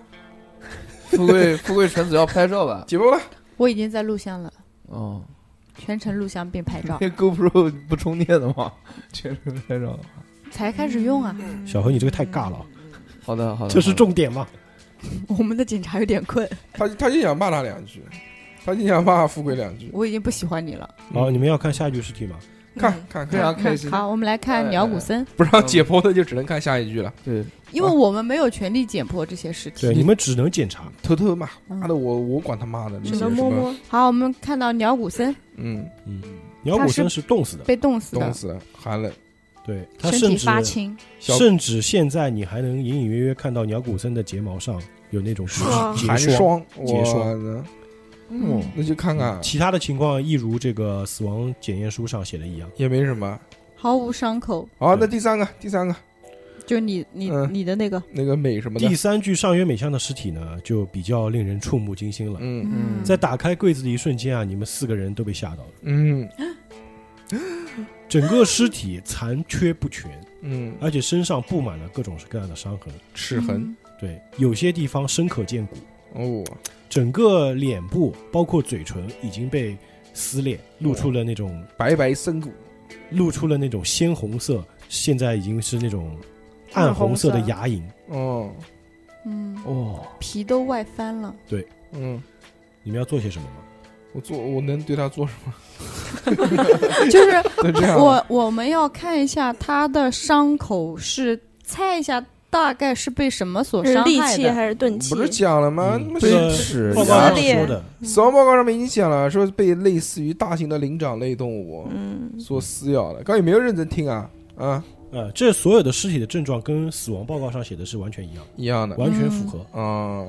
Speaker 2: 富贵富贵纯子要拍照吧？
Speaker 1: 解剖了？
Speaker 6: 我已经在录像了，
Speaker 2: 哦，
Speaker 6: 全程录像并拍
Speaker 5: 嗯
Speaker 6: 照，
Speaker 2: 那 GoPro 不充电的吗？全程拍照。
Speaker 6: 才开始用啊。
Speaker 4: 嗯
Speaker 5: 小何，你这个太尬了，
Speaker 2: 好的
Speaker 1: 嗯
Speaker 2: 好的，
Speaker 5: 这是重点嘛？
Speaker 6: *laughs* 我们的警察有点困，
Speaker 1: 他他就想骂他两句，他就想骂富贵两句。
Speaker 6: 我已经不喜欢你了。
Speaker 1: 嗯
Speaker 5: 好，你们要看下一具尸体吗？
Speaker 1: 看
Speaker 4: 嗯
Speaker 1: 看
Speaker 2: 非
Speaker 5: 啊
Speaker 1: 看，
Speaker 2: 常开心。
Speaker 6: 好，我们来
Speaker 5: 呃
Speaker 6: 看鸟骨
Speaker 5: 哦
Speaker 6: 森，
Speaker 1: 不
Speaker 5: 嗯
Speaker 1: 让解剖的就只能看下一句了。
Speaker 2: 对，
Speaker 6: 因为我们没有权利解剖这些尸
Speaker 5: 对，
Speaker 6: 体。
Speaker 5: 你们只能检查。
Speaker 1: 偷偷骂，
Speaker 6: 嗯
Speaker 1: 妈的我我管他妈的，那
Speaker 4: 只
Speaker 1: 些
Speaker 4: 能
Speaker 1: 什
Speaker 4: 摸
Speaker 1: 么
Speaker 4: 摸。
Speaker 6: 好，我们看到鸟骨森
Speaker 1: 嗯，
Speaker 5: 鸟骨
Speaker 6: 他
Speaker 5: 生是冻死的，
Speaker 6: 被冻死
Speaker 1: 冻
Speaker 6: 的，
Speaker 1: 死了，寒冷，
Speaker 5: 对他
Speaker 6: 身
Speaker 5: 甚
Speaker 6: 体
Speaker 5: 至
Speaker 6: 发青，
Speaker 1: 小
Speaker 5: 甚至现在你还能隐隐约约看到鸟骨森的睫毛上有那种结
Speaker 4: 哇
Speaker 5: 结
Speaker 1: 寒
Speaker 5: 霜。
Speaker 1: 霜，啊
Speaker 5: 结
Speaker 1: 我
Speaker 5: 霜
Speaker 1: 呢
Speaker 5: 哦
Speaker 2: 嗯，
Speaker 1: 那就看看，
Speaker 5: 其他的情况亦如这个死亡检验书上写的一样，
Speaker 1: 也没什么。
Speaker 6: 毫无伤口。
Speaker 1: 好，
Speaker 5: 对
Speaker 1: 那第三个，第三个
Speaker 6: 就你你
Speaker 1: 嗯
Speaker 6: 你的那个，
Speaker 1: 那个美什么的
Speaker 5: 第，三具上原美香的尸体呢，就比较令人触目惊心了。
Speaker 1: 嗯
Speaker 2: 嗯
Speaker 5: 在打开柜子的一瞬间啊，你们四个人都被吓到了。
Speaker 1: 嗯
Speaker 5: 整个尸体残缺不全，
Speaker 1: 嗯，
Speaker 5: 而且身上布满了各种各样的伤痕。
Speaker 1: 齿痕，
Speaker 5: 对，有些地方深可见骨，
Speaker 1: 哦，
Speaker 5: 整个脸部包括嘴唇已经被撕裂，露出了那种
Speaker 1: 白白深骨，
Speaker 5: 露出了那种鲜红色，现在已经是那种暗红色的牙龈。
Speaker 1: 哦，
Speaker 6: 嗯，
Speaker 2: 哦，
Speaker 6: 皮都外翻了。
Speaker 1: 嗯，
Speaker 5: 你们要做些什么吗？
Speaker 1: 我做我能对他做什么？ *laughs*
Speaker 6: 就是
Speaker 1: 就这样，
Speaker 6: 我我们要看一下他的伤口是，猜一下大概是被什么所
Speaker 4: 是
Speaker 6: 伤
Speaker 4: 利
Speaker 6: 害
Speaker 4: 器
Speaker 6: 的。
Speaker 4: 还是钝器
Speaker 1: 不？是讲了吗？
Speaker 5: 嗯
Speaker 1: 啊那么
Speaker 5: 这个
Speaker 2: 齿
Speaker 5: 报告上
Speaker 4: 撕裂
Speaker 5: 说的，
Speaker 1: 死亡报告上面已经讲了，说被类似于大型的灵长类动物
Speaker 4: *laughs* 嗯，
Speaker 1: 所撕咬的。刚有没有认真听啊？啊，
Speaker 5: 呃，这所有的尸体的症状跟死亡报告上写的是完全一样，
Speaker 1: 一样的
Speaker 5: 完全符合。嗯
Speaker 1: 啊，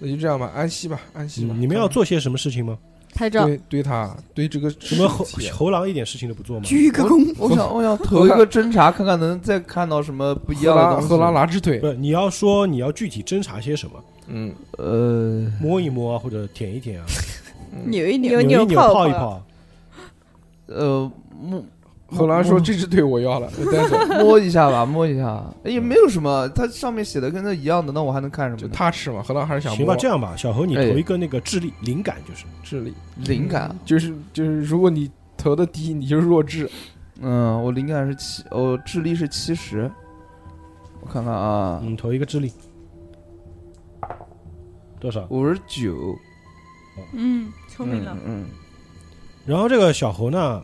Speaker 1: 那就这样吧，安息吧，安息吧。
Speaker 5: 嗯你们要做些什么事情吗？
Speaker 6: 拍照，
Speaker 1: 对对他对这个
Speaker 5: 什么猴
Speaker 1: 尸体
Speaker 5: 猴狼一点事情都不做吗？
Speaker 6: 鞠一个躬。
Speaker 2: 我想我想投一个侦查，看看能再看到什么不一
Speaker 1: 荷
Speaker 2: 样的
Speaker 1: 拉
Speaker 2: 东西。
Speaker 1: 荷拉拿只腿
Speaker 5: 不，，是，你要说你要具体侦查些什么，
Speaker 1: 嗯，
Speaker 2: 呃，
Speaker 5: 摸一摸啊，或者舔一舔啊，
Speaker 1: 嗯
Speaker 6: 扭一扭，
Speaker 4: 有
Speaker 5: 扭一扭，
Speaker 4: 泡
Speaker 5: 泡一
Speaker 4: 泡
Speaker 5: 泡。
Speaker 2: 呃，摸
Speaker 1: 荷兰说这只腿我要了，我带走，
Speaker 2: 摸一
Speaker 1: *laughs*
Speaker 2: 下吧，摸一下，哎也
Speaker 1: 嗯
Speaker 2: 没有什么，它上面写的跟它一样的，那我还能看什
Speaker 1: 就
Speaker 2: 么呢？
Speaker 1: 他吃嘛，荷兰还是想
Speaker 5: 行吧，
Speaker 1: 摸
Speaker 5: 这样吧，小何，你
Speaker 2: 哎
Speaker 5: 投一个那个智力灵感就是。
Speaker 1: 智力，
Speaker 2: 灵感，
Speaker 1: 就是就是，如果你投的低，你就是弱智。
Speaker 2: 嗯，我灵感是七，我智力是七十，我看看啊，
Speaker 5: 嗯，投一个智力。多少？
Speaker 2: 五十九，
Speaker 6: 嗯，
Speaker 4: 聪明了，
Speaker 2: 嗯，
Speaker 5: 然后这个小猴呢，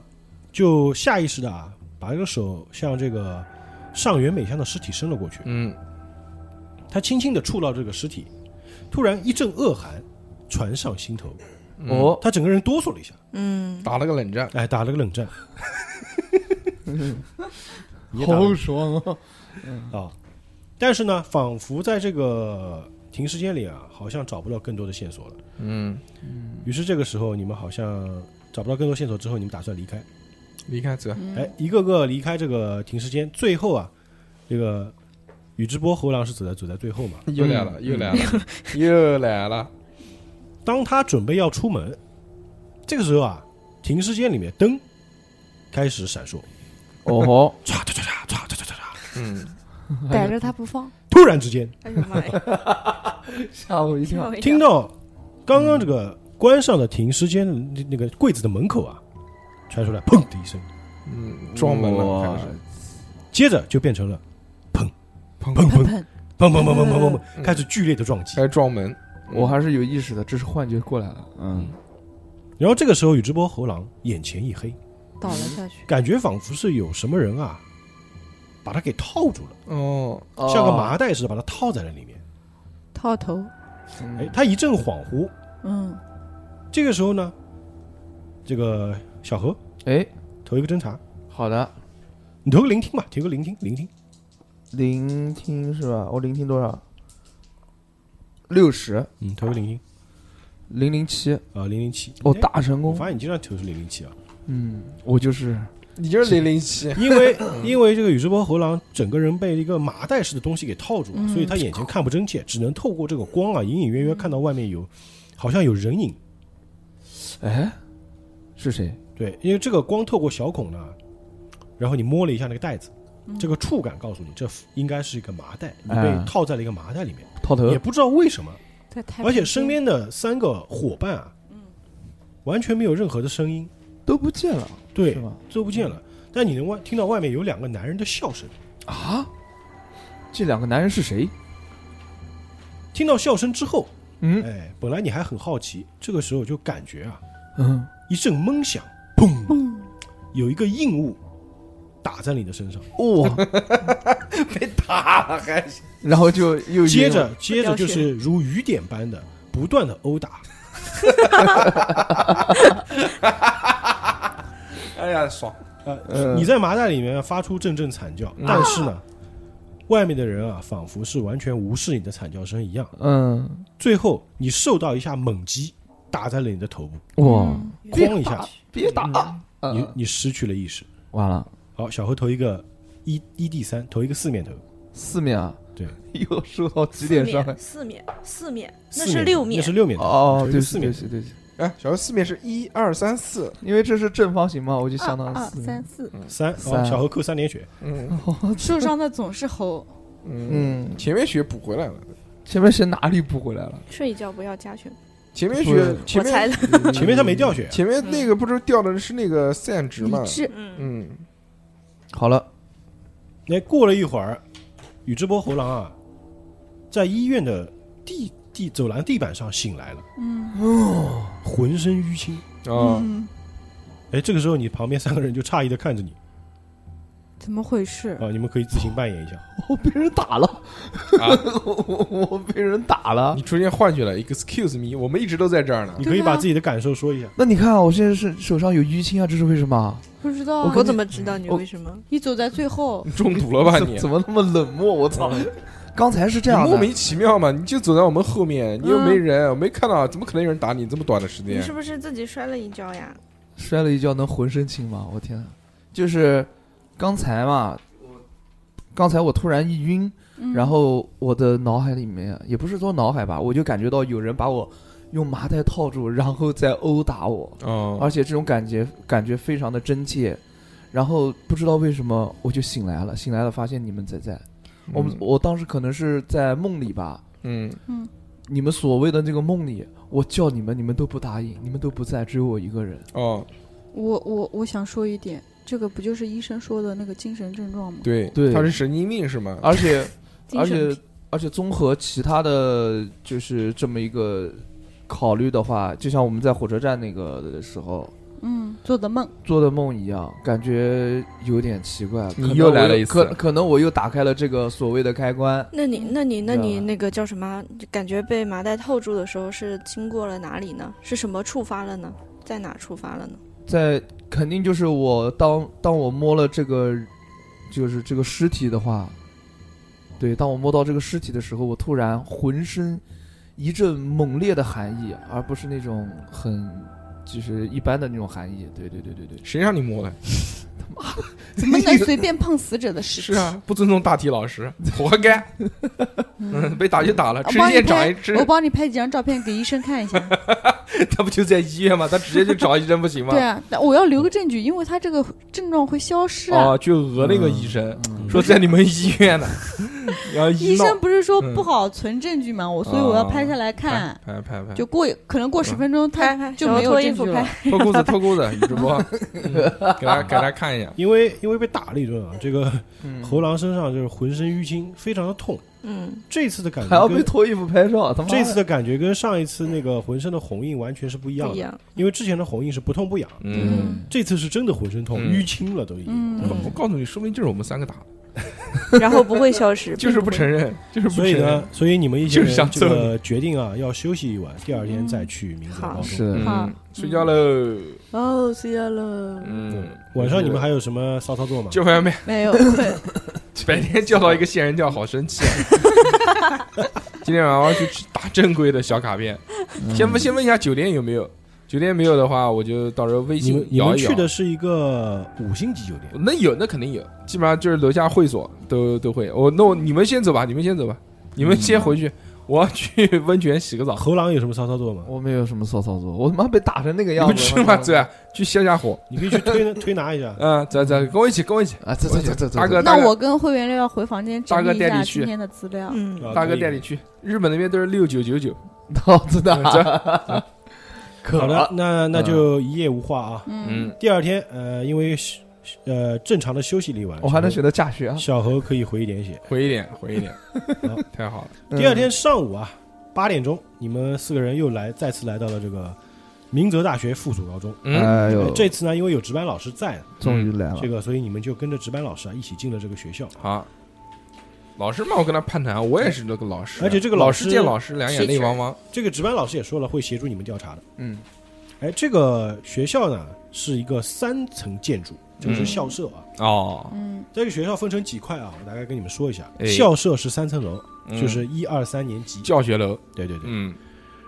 Speaker 5: 就下意识的啊，把这个手向这个上原美香的尸体伸了过去。
Speaker 1: 嗯，
Speaker 5: 他轻轻的触到这个尸体，突然一阵恶寒传上心头，
Speaker 1: 嗯
Speaker 2: 嗯，哦，
Speaker 5: 他整个人哆嗦了一下，
Speaker 4: 嗯，
Speaker 1: 打了个冷战，
Speaker 5: 哎，打了个冷战。你也打了
Speaker 2: 好爽啊！
Speaker 5: 啊，但是呢，仿佛在这个停尸间里啊，好像找不到更多的线索了。
Speaker 1: 嗯，
Speaker 5: 于是这个时候，你们好像找不到更多线索之后，你们打算离开。
Speaker 1: 离开走，
Speaker 5: 哎，一个个离开这个停尸间，最后啊，这个宇智波猴狼是走在走在最后嘛。
Speaker 1: 又来了，又来了，又来了，
Speaker 5: 当他准备要出门，这个时候啊，停尸间里面灯开始闪烁，
Speaker 2: 哦吼，
Speaker 5: 唰唰唰唰唰唰唰唰，
Speaker 1: 嗯，
Speaker 6: 逮着他不放。
Speaker 5: 突然之间
Speaker 4: 哎呦妈呀，
Speaker 2: 吓我一
Speaker 4: 吓
Speaker 2: 跳！
Speaker 4: 我一
Speaker 5: 听
Speaker 4: 跳
Speaker 5: 到刚刚这个关上的停尸间那那个柜子的门口啊，传出来砰的一声。
Speaker 1: 嗯，撞门了，
Speaker 2: 哇
Speaker 1: 开始，
Speaker 5: 接着就变成了
Speaker 1: 砰
Speaker 5: 砰砰
Speaker 6: 砰
Speaker 5: 砰砰砰砰砰砰砰，
Speaker 1: 嗯
Speaker 5: 开始剧烈的撞击
Speaker 1: 开。始撞门，
Speaker 2: 我还是有意识的，这是幻觉过来了，嗯，
Speaker 5: 然后这个时候，宇智波猴狼眼前一黑，
Speaker 6: 倒了下去，
Speaker 5: 感觉仿佛是有什么人啊，把他给套住了，
Speaker 1: 哦，
Speaker 5: 像个麻袋似的把他套在了里面。
Speaker 6: *laughs* 套头。
Speaker 2: 嗯？
Speaker 5: 哎，他一阵恍惚。
Speaker 6: 嗯，
Speaker 5: 这个时候呢，这个小何
Speaker 2: 哎，
Speaker 5: 投一个侦查，
Speaker 2: 好的，
Speaker 5: 你投个聆听吧，投个聆听，聆听。
Speaker 2: 聆听是吧？我聆听多少？六十
Speaker 5: 嗯，投个聆听
Speaker 2: 零零七，
Speaker 5: 啊，零零七。
Speaker 2: 哦，
Speaker 5: 哎，
Speaker 2: 大成
Speaker 5: 我
Speaker 2: 功，
Speaker 5: 发现你经常投是零零七啊。
Speaker 2: 嗯，我就是
Speaker 1: 你就是零零
Speaker 5: *laughs*
Speaker 1: 七，
Speaker 5: 因为因为这个宇智波猴郎整个人被一个麻袋似的东西给套住
Speaker 2: 嗯
Speaker 5: 了，所以他眼前看不真切，只能透过这个光啊，隐隐约约看到外面有好像有人影。
Speaker 2: 哎，是谁？
Speaker 5: 对，因为这个光透过小孔呢，然后你摸了一下那个袋子，这个触感告诉你，这应该是一个麻袋，你被
Speaker 2: 嗯
Speaker 5: 套在了一个麻袋里面，
Speaker 2: 套头
Speaker 5: 也不知道为什么。
Speaker 6: 对，太
Speaker 5: 而且身边的三个伙伴啊，完全没有任何的声音，
Speaker 2: 都不见了，
Speaker 5: 对
Speaker 2: 是，吗？
Speaker 5: 都不见了。但你能外听到外面有两个男人的笑声，
Speaker 2: 啊，这两个男人是谁？
Speaker 5: 听到笑声之后，
Speaker 2: 嗯
Speaker 5: 哎，本来你还很好奇，这个时候就感觉啊，
Speaker 2: 嗯，
Speaker 5: 一阵闷响，砰，有一个硬物打在你的身上，
Speaker 2: 哇，
Speaker 1: 被打了还是
Speaker 2: 然后就又
Speaker 5: 接着接
Speaker 4: 掉
Speaker 5: 着就
Speaker 4: 血
Speaker 5: 是如雨点般的不断的殴打，
Speaker 1: 哎呀爽！
Speaker 5: 呃，
Speaker 2: 嗯
Speaker 5: 你在麻袋里面发出阵阵惨叫，但是呢，外面的人啊，仿佛是完全无视你的惨叫声一样。
Speaker 2: 嗯，
Speaker 5: 最后你受到一下猛击，打在了你的头部，
Speaker 6: 嗯
Speaker 2: 哇，
Speaker 5: 哐一下，
Speaker 2: 别打，
Speaker 5: 你
Speaker 2: 嗯
Speaker 5: 你失去了意识。
Speaker 2: 完了
Speaker 5: 好，小何投一个一一 d 三，投一个四面投，
Speaker 2: 四面啊，
Speaker 5: 对，
Speaker 2: *laughs* 又受到几点伤害？
Speaker 4: 四面，四面，
Speaker 5: 四
Speaker 4: 那是六
Speaker 5: 那
Speaker 4: 面
Speaker 5: 是，六面
Speaker 2: *laughs*
Speaker 5: 投
Speaker 2: 哦，
Speaker 5: 投
Speaker 2: 对
Speaker 5: 一个
Speaker 2: 不
Speaker 5: 四
Speaker 2: 起，对
Speaker 5: 面
Speaker 2: 不起，对不起，
Speaker 1: 哎，小何四面是一二三四，
Speaker 2: 因为这是正方形嘛，我就
Speaker 6: 二
Speaker 2: 相当于
Speaker 6: 二
Speaker 2: 四
Speaker 6: 哦三
Speaker 2: 面。
Speaker 6: 四，
Speaker 5: 三，哦，
Speaker 2: 三
Speaker 5: 小何扣三点血，
Speaker 1: 嗯
Speaker 6: 哦受伤的总是猴。
Speaker 1: 嗯，
Speaker 2: 嗯，
Speaker 1: 前面血补回来了，
Speaker 2: 前面是哪里补回来了？
Speaker 4: 睡一觉不要加权，
Speaker 1: 前面
Speaker 2: 不
Speaker 1: 血
Speaker 2: 是
Speaker 1: 前
Speaker 4: 我猜
Speaker 1: 面
Speaker 4: 的，
Speaker 2: 嗯
Speaker 5: 前面他没掉血，
Speaker 1: 前面那个不是掉的是那个散值吗
Speaker 6: 理？智
Speaker 4: 嗯，
Speaker 1: 嗯，
Speaker 2: *laughs* 好了，
Speaker 5: 那哎过了一会儿，宇智波猴郎啊，在医院的地地走廊地板上醒来了，
Speaker 6: 嗯
Speaker 5: 浑身淤青。
Speaker 1: 啊，
Speaker 6: 嗯，
Speaker 5: 哎，这个时候你旁边三个人就诧异的看着你
Speaker 6: 怎么回事？
Speaker 5: 啊，你们可以自行扮演一下。
Speaker 2: *laughs* 我被人打了，
Speaker 1: 啊
Speaker 2: 我 *laughs* 我我被人打了
Speaker 1: 你。出现幻觉了，Excuse me，我们一直都在这儿呢
Speaker 5: 你。可以把自己的感受说一下。
Speaker 2: 那你看啊，我现在是手上有淤青啊，这是为什么啊？
Speaker 6: 不知道
Speaker 2: 我
Speaker 6: 啊，
Speaker 4: 我怎么知道你
Speaker 2: 我
Speaker 4: 为什么？
Speaker 6: 你走在最后，
Speaker 1: 你中毒了吧
Speaker 2: 怎
Speaker 1: 你？
Speaker 2: 怎么那么冷漠？我操！刚才 *laughs* 是这样
Speaker 1: 你
Speaker 2: 的，
Speaker 1: 莫名其妙嘛，你就走在我们后面，你又没人，我没看到，怎么可能有人打你？这么短的时
Speaker 4: 你
Speaker 1: 间
Speaker 4: 是，不是自己摔了一跤呀？
Speaker 2: 摔了一跤能浑身青吗？我天啊！就是刚才嘛，刚才我突然一晕，
Speaker 6: 嗯
Speaker 2: 然后我的脑海里面也不是说脑海吧，我就感觉到有人把我用麻袋套住，然后再殴打我，
Speaker 1: 哦
Speaker 2: 而且这种感觉感觉非常的真切。然后不知道为什么我就醒来了，醒来了发现你们在在，我们我当时可能是在梦里吧，
Speaker 1: 嗯，
Speaker 2: 你们所谓的那个梦里，我叫你们，你们都不答应，你们都不在，只有我一个人。
Speaker 1: 哦，
Speaker 6: 我我我想说一点，这个不就是医生说的那个精神症状吗？
Speaker 1: 对，
Speaker 2: 对啊
Speaker 1: 他是神经病是吗？
Speaker 2: *laughs* 而且
Speaker 4: 精
Speaker 2: 而
Speaker 4: 神
Speaker 2: 且而且综合其他的就是这么一个考虑的话，就像我们在火车站那个的时候
Speaker 6: 嗯，做的梦，
Speaker 2: 做的梦一样，感觉有点奇怪。
Speaker 1: 你
Speaker 2: 可能
Speaker 1: 又来
Speaker 2: 我
Speaker 1: 了一次
Speaker 2: 可可能我又打开了这个所谓的开关。
Speaker 4: 那你、那你、那你
Speaker 2: 对啊
Speaker 4: 那个叫什么？就感觉被麻袋套住的时候是经过了哪里呢？是什么触发了呢？在哪触发了呢？
Speaker 2: 在肯定就是我当当我摸了这个，就是这个尸体的话，对，当我摸到这个尸体的时候，我突然浑身一阵猛烈的寒意，而不是那种很就是一般的那种寒意。对对对对对，
Speaker 1: 谁让你摸的？
Speaker 6: 怎 *laughs* 么能随便碰死者的尸体？
Speaker 1: 是啊，不尊重大体老师，活该。嗯， *laughs* 被打就打了，
Speaker 6: 我
Speaker 1: 吃
Speaker 6: 啊帮
Speaker 1: 一
Speaker 6: 你
Speaker 1: 堑长
Speaker 6: 拍
Speaker 1: 一智，
Speaker 6: 我。帮你拍几张照片给医生看一 *laughs* 下。
Speaker 1: *laughs* 他不就在医院吗？他直接去找医生不行吗
Speaker 6: 对？啊，那我要留个证据，因为他这个症状会消失啊。
Speaker 1: *laughs* 哦，去讹那个医生，
Speaker 2: 嗯
Speaker 1: 说在你们医院呢，然后
Speaker 6: 医
Speaker 1: 一闹
Speaker 6: 生不是说
Speaker 1: 嗯
Speaker 6: 不好存证据吗？我所以我要拍下来看，
Speaker 1: 拍拍拍，
Speaker 6: 就过可能过十分钟
Speaker 4: 拍
Speaker 6: 他
Speaker 4: 拍，
Speaker 6: 就
Speaker 4: 小
Speaker 6: 没
Speaker 4: 猴
Speaker 6: 有
Speaker 4: 脱衣
Speaker 6: 证
Speaker 4: 服
Speaker 6: 据
Speaker 4: 拍
Speaker 6: 了。。
Speaker 1: 脱
Speaker 6: *laughs*
Speaker 1: 裤子脱裤子，宇智波，嗯给他给他看一眼。
Speaker 5: 因为因为被打了一顿啊，这个
Speaker 2: 嗯
Speaker 5: 猴狼身上就是浑身淤青，非常的痛。
Speaker 4: 嗯，
Speaker 5: 这次的感
Speaker 2: 还要
Speaker 5: 觉
Speaker 2: 被
Speaker 5: 跟
Speaker 2: 脱衣服拍照，他妈
Speaker 5: 这次的感觉跟上一次那个浑身的红印完全是不一样
Speaker 4: 不一
Speaker 5: 的，
Speaker 4: 样。
Speaker 5: 因为之前的红印是不痛不痒，
Speaker 1: 嗯，
Speaker 5: 这次是真的浑身痛，
Speaker 1: 嗯
Speaker 5: 淤青了都已经。
Speaker 6: 嗯，
Speaker 1: 我告诉你，说明就是我们三个打的，
Speaker 4: 然后不会消
Speaker 1: *laughs*
Speaker 4: 失，
Speaker 1: 就是不
Speaker 4: 并
Speaker 1: 承认，就是不
Speaker 5: 所
Speaker 1: 承
Speaker 5: 以
Speaker 1: 认
Speaker 5: 呢。，所以你们一些
Speaker 1: 就是想
Speaker 5: 人这
Speaker 1: 揍
Speaker 5: 个决定啊，要休息一晚，第二天再去明泽
Speaker 4: 好
Speaker 5: 高中。
Speaker 2: 是的
Speaker 6: 好
Speaker 1: 嗯，睡觉喽。
Speaker 4: 会哦，睡觉了。
Speaker 1: 嗯，
Speaker 5: 晚上你们还有什么骚操作吗？
Speaker 1: 就外面
Speaker 6: 没 *laughs* 有，对
Speaker 1: 白天叫到一个仙人跳，好生气。啊！啊 *laughs*
Speaker 2: 嗯
Speaker 1: 嗯
Speaker 5: 嗯
Speaker 1: 今天晚上我要去吃打正规的小卡片，先问先问一下酒店有没有。酒店没有的话，我就到时候微
Speaker 5: 你
Speaker 1: 信
Speaker 5: 们你
Speaker 1: 摇
Speaker 5: 们
Speaker 1: 一摇。
Speaker 5: 去的是一个五星级酒店，
Speaker 1: 那有，那肯定有，基本上就是楼下会所都都会。我那我你们先走吧，你们先走吧，你们先回
Speaker 5: 嗯
Speaker 1: 去，我要去温泉洗个澡。
Speaker 5: 猴狼有什么骚操作吗？
Speaker 2: 我没有什么骚操作，我他妈被打成那个
Speaker 1: 你
Speaker 2: 样
Speaker 1: 们 *laughs*
Speaker 2: 子，
Speaker 1: 去嘛，走啊，去消下火。
Speaker 5: 你可以去推 *laughs* 推拿一下。
Speaker 1: 嗯，走走，跟我一起，跟我一起。
Speaker 2: 啊，走走走走走， *laughs*
Speaker 1: 大哥，大
Speaker 7: 那
Speaker 1: 哥，
Speaker 7: 我跟会员六要回房间整理一
Speaker 1: 大哥带
Speaker 7: 下
Speaker 1: 你去
Speaker 7: 今天的资料。
Speaker 4: 嗯，
Speaker 5: 啊
Speaker 1: 大
Speaker 5: 可
Speaker 1: 哥
Speaker 5: 以
Speaker 1: 带你去，日本那边都是六九九九。
Speaker 2: 哦，真的
Speaker 1: 走
Speaker 2: 啊，可
Speaker 5: 好
Speaker 1: 啊
Speaker 5: 的，那那
Speaker 2: 嗯
Speaker 5: 就一夜无话啊。
Speaker 1: 嗯，
Speaker 5: 第二天，呃，因为呃正常的休息了一晚，
Speaker 1: 哦
Speaker 2: 我还能选择驾学啊。
Speaker 5: 小猴可以回一点血。
Speaker 1: 回一点，回一点
Speaker 5: 好，
Speaker 1: *laughs* 太好了。
Speaker 2: 嗯
Speaker 5: 第二天上午啊，八点钟，你们四个人又来再次来到了这个明泽大学附属高中。
Speaker 1: 嗯，
Speaker 2: 哎呦，
Speaker 5: 这次呢，因为有值班老师在，
Speaker 2: 终于
Speaker 1: 啊
Speaker 2: 来了
Speaker 5: 这，个所以你们就跟着值班老师啊一起进了这个学校。
Speaker 1: 好。老师嘛，我跟他攀谈，我也是那个老师，啊
Speaker 5: 而且这个
Speaker 1: 老
Speaker 5: 老
Speaker 1: 师
Speaker 5: 师
Speaker 1: 见老师两眼泪汪汪。
Speaker 5: 这个值班老师也说了，会协助你们调查的。
Speaker 2: 嗯，
Speaker 5: 哎，这个学校呢是一个三层建筑，这个是校舍啊。
Speaker 1: 哦，
Speaker 7: 嗯，
Speaker 5: 这个学校分成几块啊，我大概跟你们说一下。
Speaker 1: 哎
Speaker 5: 校舍是三层楼，
Speaker 1: 嗯
Speaker 5: 就是一二三年级。
Speaker 1: 教学楼。
Speaker 5: 对对对。
Speaker 1: 嗯，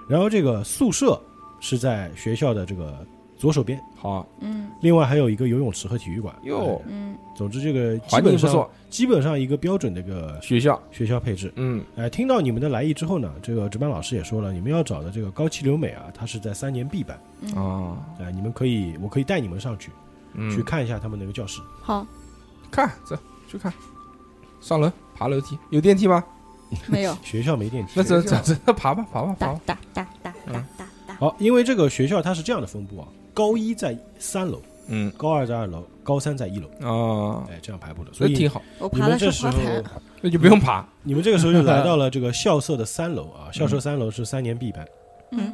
Speaker 5: 然后这个宿舍是在学校的这个左手边，
Speaker 1: 好啊
Speaker 7: 嗯
Speaker 5: 另外还有一个游泳池和体育馆。
Speaker 1: 哟
Speaker 5: 哎，
Speaker 7: 嗯
Speaker 5: 总之这个基
Speaker 1: 环境
Speaker 5: 本
Speaker 1: 不
Speaker 5: 上
Speaker 1: 错，
Speaker 5: 基本上一个标准的一个
Speaker 1: 学校。
Speaker 5: 学校配置。
Speaker 1: 嗯
Speaker 5: 哎，听到你们的来意之后呢，这个值班老师也说了，你们要找的这个高崎留美啊，她是在三年 B 班，
Speaker 7: 嗯，
Speaker 1: 哦，
Speaker 5: 哎，你们可以，我可以带你们上去
Speaker 1: 嗯
Speaker 5: 去看一下他们那个教室。
Speaker 7: 好，
Speaker 1: 看，走去看，上楼爬楼梯，有电梯吗？
Speaker 6: 嗯
Speaker 7: 没有
Speaker 5: 学校没电梯
Speaker 1: 那，走走走，那爬吧爬吧爬
Speaker 7: 哒
Speaker 1: 吧。
Speaker 7: 哒哒哒哒哒哒。
Speaker 5: 好，因为这个学校它是这样的分布啊，高一在三楼，
Speaker 1: 嗯
Speaker 5: 高二在二楼，高三在一楼，
Speaker 1: 啊，
Speaker 5: 哎，这样排布的。所
Speaker 1: 那
Speaker 5: 以
Speaker 1: 挺好，
Speaker 7: 我
Speaker 5: 你
Speaker 7: 爬
Speaker 5: 们
Speaker 7: 的
Speaker 5: 这
Speaker 7: 是
Speaker 5: 时
Speaker 7: 花
Speaker 5: 候，
Speaker 7: 坛，
Speaker 1: 那就不用爬。
Speaker 5: 你们这个时候就来
Speaker 1: *laughs*
Speaker 5: 到了这个校舍的三楼啊，校
Speaker 1: 嗯
Speaker 5: 舍三楼是三年 B 班。
Speaker 7: 嗯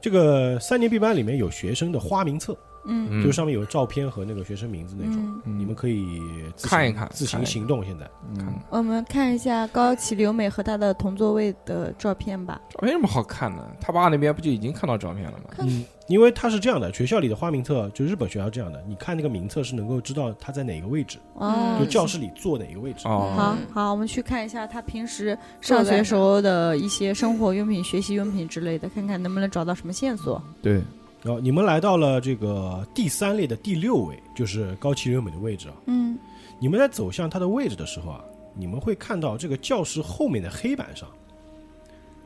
Speaker 5: 这个三年 B 班里面有学生的花名册，
Speaker 7: 嗯
Speaker 5: 就上面有照片和那个学生名字那种，
Speaker 7: 嗯，
Speaker 5: 你们可以自行
Speaker 1: 看一看
Speaker 5: 自
Speaker 1: 看
Speaker 5: 行
Speaker 1: 一看
Speaker 5: 行动。现在
Speaker 1: 看
Speaker 2: 嗯，
Speaker 7: 我们看一下高崎留美和她的同座位的照片吧。
Speaker 1: 照片有什么好看的？他爸那边不就已经看到照片了吗？
Speaker 5: 嗯，因为它是这样的，学校里的花名册，就日本学校这样的，你看那个名册是能够知道他在哪个位置，
Speaker 7: 哦
Speaker 5: 就，嗯教室里坐哪个位置。
Speaker 1: 哦，
Speaker 7: 好好，我们去看一下她平时上学时候的一些生活用品、学习用品之类的，看看能不能找到什么线索。
Speaker 2: 对，
Speaker 5: 然哦后你们来到了这个第三列的第六位，就是高崎留美的位置啊。
Speaker 7: 嗯
Speaker 5: 你们在走向它的位置的时候啊，你们会看到这个教室后面的黑板上，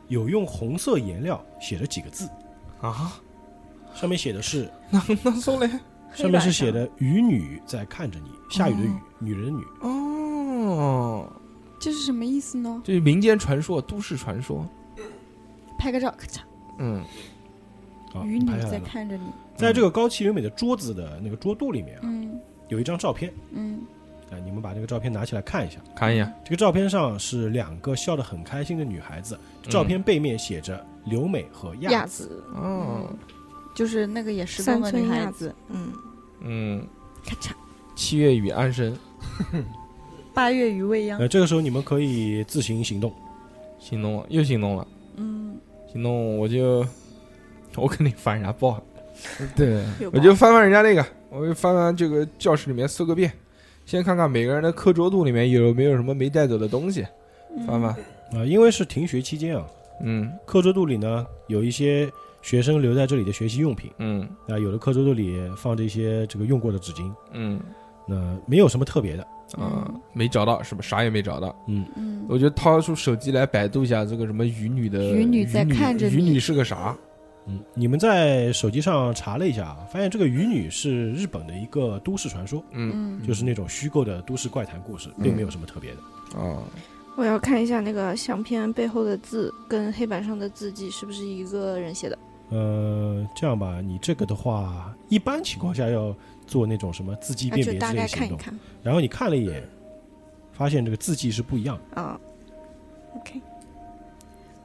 Speaker 5: 有用红色颜料写着几个字，
Speaker 1: 啊，
Speaker 5: 上面写的是
Speaker 1: 那那送嘞？
Speaker 5: 上面是写的“雨女在看着你”，下雨的雨，
Speaker 7: 嗯
Speaker 5: 女人的女。
Speaker 1: 哦，
Speaker 7: 这是什么意思呢？
Speaker 1: 就是民间传说、都市传说。
Speaker 7: 拍个照，咔嚓，
Speaker 1: 嗯，
Speaker 5: 啊，
Speaker 7: 雨女
Speaker 5: 拍下来
Speaker 7: 在
Speaker 5: 了。
Speaker 7: 看着你。
Speaker 5: 在这个高崎留美的桌子的那个桌肚里面啊，
Speaker 7: 嗯
Speaker 5: 有一张照片，
Speaker 7: 嗯
Speaker 5: 啊，你们把这个照片拿起来看一下。
Speaker 1: 看一眼。
Speaker 5: 这个照片上是两个笑得很开心的女孩子，
Speaker 1: 嗯
Speaker 5: 照片背面写着留美和亚
Speaker 7: 亚
Speaker 5: 子。
Speaker 7: 子，
Speaker 1: 哦，
Speaker 7: 就是那个也失
Speaker 4: 三
Speaker 7: 踪的女
Speaker 4: 村
Speaker 7: 孩
Speaker 4: 亚
Speaker 7: 子
Speaker 4: 子。，嗯，
Speaker 1: 嗯，
Speaker 7: 咔嚓，
Speaker 1: 七月与安生，
Speaker 7: 八月与未央。
Speaker 5: 呃，这个时候你们可以自行行动。
Speaker 1: 心动了，又心动了，
Speaker 7: 嗯，
Speaker 1: 心动我就，我肯定翻人家报。
Speaker 2: 对，
Speaker 1: 我就翻翻人家那个，我就翻翻这个教室里面搜个遍，先看看每个人的课桌肚里面有没有什么没带走的东西，翻翻。
Speaker 5: 啊、因为是停学期间啊，
Speaker 1: 嗯
Speaker 5: 课桌肚里呢有一些学生留在这里的学习用品
Speaker 1: 嗯
Speaker 5: 啊、有的课桌肚里放着一些这个用过的纸巾，
Speaker 1: 嗯
Speaker 5: 那、没有什么特别的。
Speaker 1: 啊、没找到，是吧？啥也没找到，
Speaker 7: 嗯，
Speaker 1: 我就掏出手机来百度一下这个什么鱼女的
Speaker 7: 鱼女在看着
Speaker 1: 鱼
Speaker 7: 你
Speaker 1: 女是个啥？
Speaker 5: 嗯，你们在手机上查了一下啊，发现这个鱼女是日本的一个都市传说，
Speaker 1: 嗯
Speaker 7: 嗯
Speaker 5: 就是那种虚构的都市怪谈故事，并没有什么特别的。
Speaker 7: 嗯
Speaker 1: 啊，
Speaker 4: 我要看一下那个相片背后的字跟黑板上的字迹是不是一个人写的。
Speaker 5: 呃，这样吧，你这个的话，一般情况下要做那种什么字迹
Speaker 4: 那
Speaker 5: 辨
Speaker 4: 啊就
Speaker 5: 别
Speaker 4: 大
Speaker 5: 之类
Speaker 4: 概
Speaker 5: 的行
Speaker 4: 看一
Speaker 5: 动。
Speaker 4: 看
Speaker 5: 然后你看了一眼，发现这个字迹是不一样的。
Speaker 4: 啊，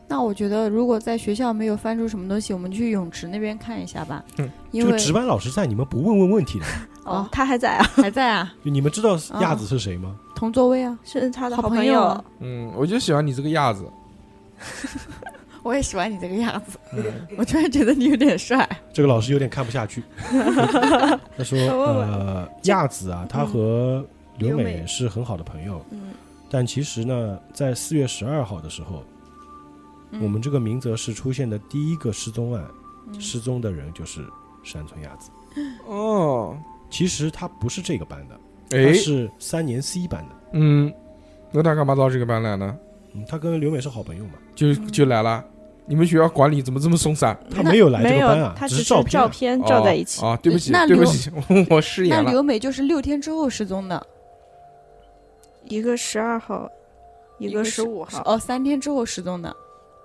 Speaker 7: 那我觉得，如果在学校没有翻出什么东西，我们去泳池那边看一下吧。
Speaker 1: 嗯
Speaker 7: 因
Speaker 5: 这
Speaker 7: 为
Speaker 5: 个值班老师在，你们不问问
Speaker 4: *laughs*
Speaker 5: 问题的，
Speaker 7: 哦
Speaker 4: 哦，他还在啊， *laughs*
Speaker 7: 还在啊，
Speaker 5: 就你们知道亚子是谁吗？
Speaker 4: 哦
Speaker 7: 同座位啊。
Speaker 4: 是他的
Speaker 7: 好
Speaker 4: 好
Speaker 7: 朋
Speaker 4: 朋
Speaker 7: 友
Speaker 4: 友
Speaker 7: 啊。
Speaker 1: 嗯，我就喜欢你这个样子。
Speaker 7: 我也喜欢你这个样子，
Speaker 1: 嗯
Speaker 7: 我突然觉得你有
Speaker 1: *laughs*
Speaker 7: 点帅。
Speaker 5: 这个老师有点看不
Speaker 4: *laughs*
Speaker 5: 下去，他说：“呃，亚子啊，她和刘
Speaker 4: 刘
Speaker 5: 美
Speaker 4: 美
Speaker 5: 是很好的朋友，
Speaker 4: 嗯，
Speaker 5: 但其实呢，在四
Speaker 4: 嗯
Speaker 5: 月十二号的时候，我们这个明泽市出现的第一个失踪案失踪的人就是山村雅子。
Speaker 1: 哦，
Speaker 5: 其实他不是这个班的，
Speaker 1: 哎
Speaker 5: 他，是三年 C 班的。
Speaker 1: 嗯，那他干嘛到这个班来呢？
Speaker 5: 嗯，他跟刘美是好朋友嘛，
Speaker 1: 就就来了。你们学校管理怎么这么松散？
Speaker 5: 他没有来这
Speaker 4: 没
Speaker 5: 个
Speaker 4: 有
Speaker 5: 班啊，
Speaker 4: 他
Speaker 5: 只
Speaker 4: 是
Speaker 5: 照片
Speaker 4: 照
Speaker 5: 啊。
Speaker 4: 片照在一起。
Speaker 1: 哦啊！对不起，
Speaker 7: 那
Speaker 1: 对不
Speaker 7: 刘
Speaker 1: 起， *laughs* 我失
Speaker 7: 那
Speaker 1: 言了。
Speaker 7: 刘美就是六天之后失踪的，
Speaker 4: 一个十二号，一个十五号，
Speaker 7: 哦，三天之后失踪的。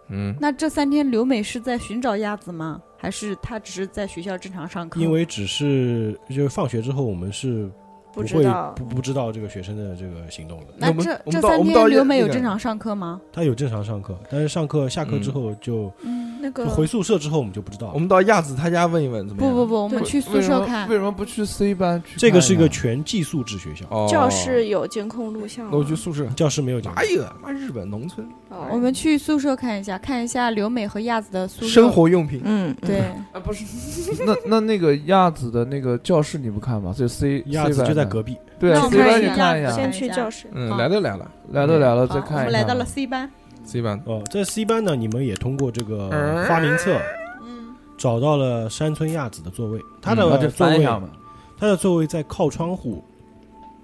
Speaker 1: 嗯，
Speaker 7: 那这三天刘美是在寻找鸭子吗？还是她只是在学校正常上课？
Speaker 5: 因为只是就是放学之后，我们是不
Speaker 4: 知
Speaker 5: 会
Speaker 4: 道。
Speaker 5: 不不知道这个学生的这个行动的。
Speaker 1: 那
Speaker 7: 那
Speaker 1: 我们
Speaker 7: 这
Speaker 1: 我们
Speaker 7: 这
Speaker 1: 到
Speaker 7: 三
Speaker 1: 我们到
Speaker 7: 天刘
Speaker 1: 那
Speaker 7: 美有
Speaker 1: 个
Speaker 7: 正常上课吗？
Speaker 5: 他有正常上课，但是上课下课之后就
Speaker 7: 嗯，
Speaker 4: 那个
Speaker 5: 就回宿舍之后我们就不知道
Speaker 1: 我
Speaker 5: 了。
Speaker 1: 们到亚子他家问一问，怎么
Speaker 7: 不
Speaker 1: 样？
Speaker 7: 不不，我们
Speaker 2: 为
Speaker 7: 去宿
Speaker 2: 嗯为什
Speaker 7: 舍
Speaker 2: 么
Speaker 7: 看
Speaker 2: 为。什么不去 C 班去看一下？
Speaker 5: 这个是一个全寄宿制学校，
Speaker 1: 哦，
Speaker 4: 教室有监控录像吗。
Speaker 1: 那哦我去宿舍。
Speaker 5: 教室没有讲
Speaker 2: 哎
Speaker 1: 哪。有啊？妈日本农村
Speaker 4: 哦
Speaker 7: 我们去宿舍看一下，看一下刘美和亚子的宿舍
Speaker 1: 生。活用品，
Speaker 4: 嗯，嗯，
Speaker 7: 对，
Speaker 2: 啊，不是， *laughs* 那那那个亚子的那个教室你不看吗？就 C
Speaker 5: 鸭子
Speaker 2: C 班
Speaker 5: 就在
Speaker 2: 的
Speaker 5: 隔壁，
Speaker 2: 对
Speaker 7: 那
Speaker 2: 啊
Speaker 7: 我
Speaker 2: ，C
Speaker 7: 们
Speaker 2: 班
Speaker 7: 去
Speaker 2: 去看一
Speaker 7: 亚子
Speaker 2: 下
Speaker 4: 先。去教室。
Speaker 1: 哎嗯，
Speaker 7: 好
Speaker 1: 来都来了，
Speaker 2: 来都来了，
Speaker 7: 好，
Speaker 2: 再看
Speaker 7: 我
Speaker 2: 一下。
Speaker 7: 们来到了 C 班。
Speaker 1: 这一般
Speaker 5: 哦，在 C 班呢，你们也通过这个
Speaker 1: 嗯
Speaker 5: 花名册
Speaker 7: 嗯，
Speaker 5: 找到了山村亚子的座位，他
Speaker 1: 嗯
Speaker 2: 啊，
Speaker 5: 的
Speaker 2: 这
Speaker 5: 座
Speaker 2: 翻一
Speaker 5: 位，
Speaker 2: 下嘛。
Speaker 5: 他的座位在靠窗户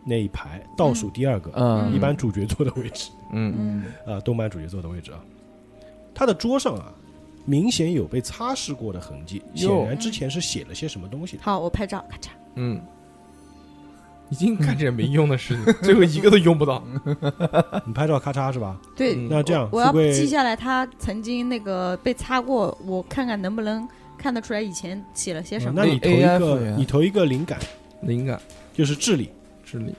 Speaker 5: 那一排倒数第二个，
Speaker 2: 嗯，
Speaker 5: 一般主角坐的位置
Speaker 1: 嗯，
Speaker 2: 嗯
Speaker 5: 啊，动漫主角坐的位置啊。他的桌上啊，明显有被擦拭过的痕迹，显
Speaker 1: 哟
Speaker 5: 然之前是写了些什么东西的。
Speaker 7: 好，我拍照，咔嚓。
Speaker 1: 嗯，已经干这没用的事情，最后一个都用不到。
Speaker 2: 啊
Speaker 5: 你拍照咔嚓是吧？
Speaker 7: 对，
Speaker 1: 嗯
Speaker 5: 那这样，
Speaker 7: 我要
Speaker 5: 富贵
Speaker 7: 记下来她曾经那个被擦过，我看看能不能看得出来以前写了些
Speaker 5: 嗯
Speaker 7: 什么
Speaker 5: 那。你投一
Speaker 2: AI 复
Speaker 5: 个，
Speaker 2: 原
Speaker 5: 你投一个灵感，
Speaker 1: 灵感
Speaker 5: 就是智力。
Speaker 1: 智力，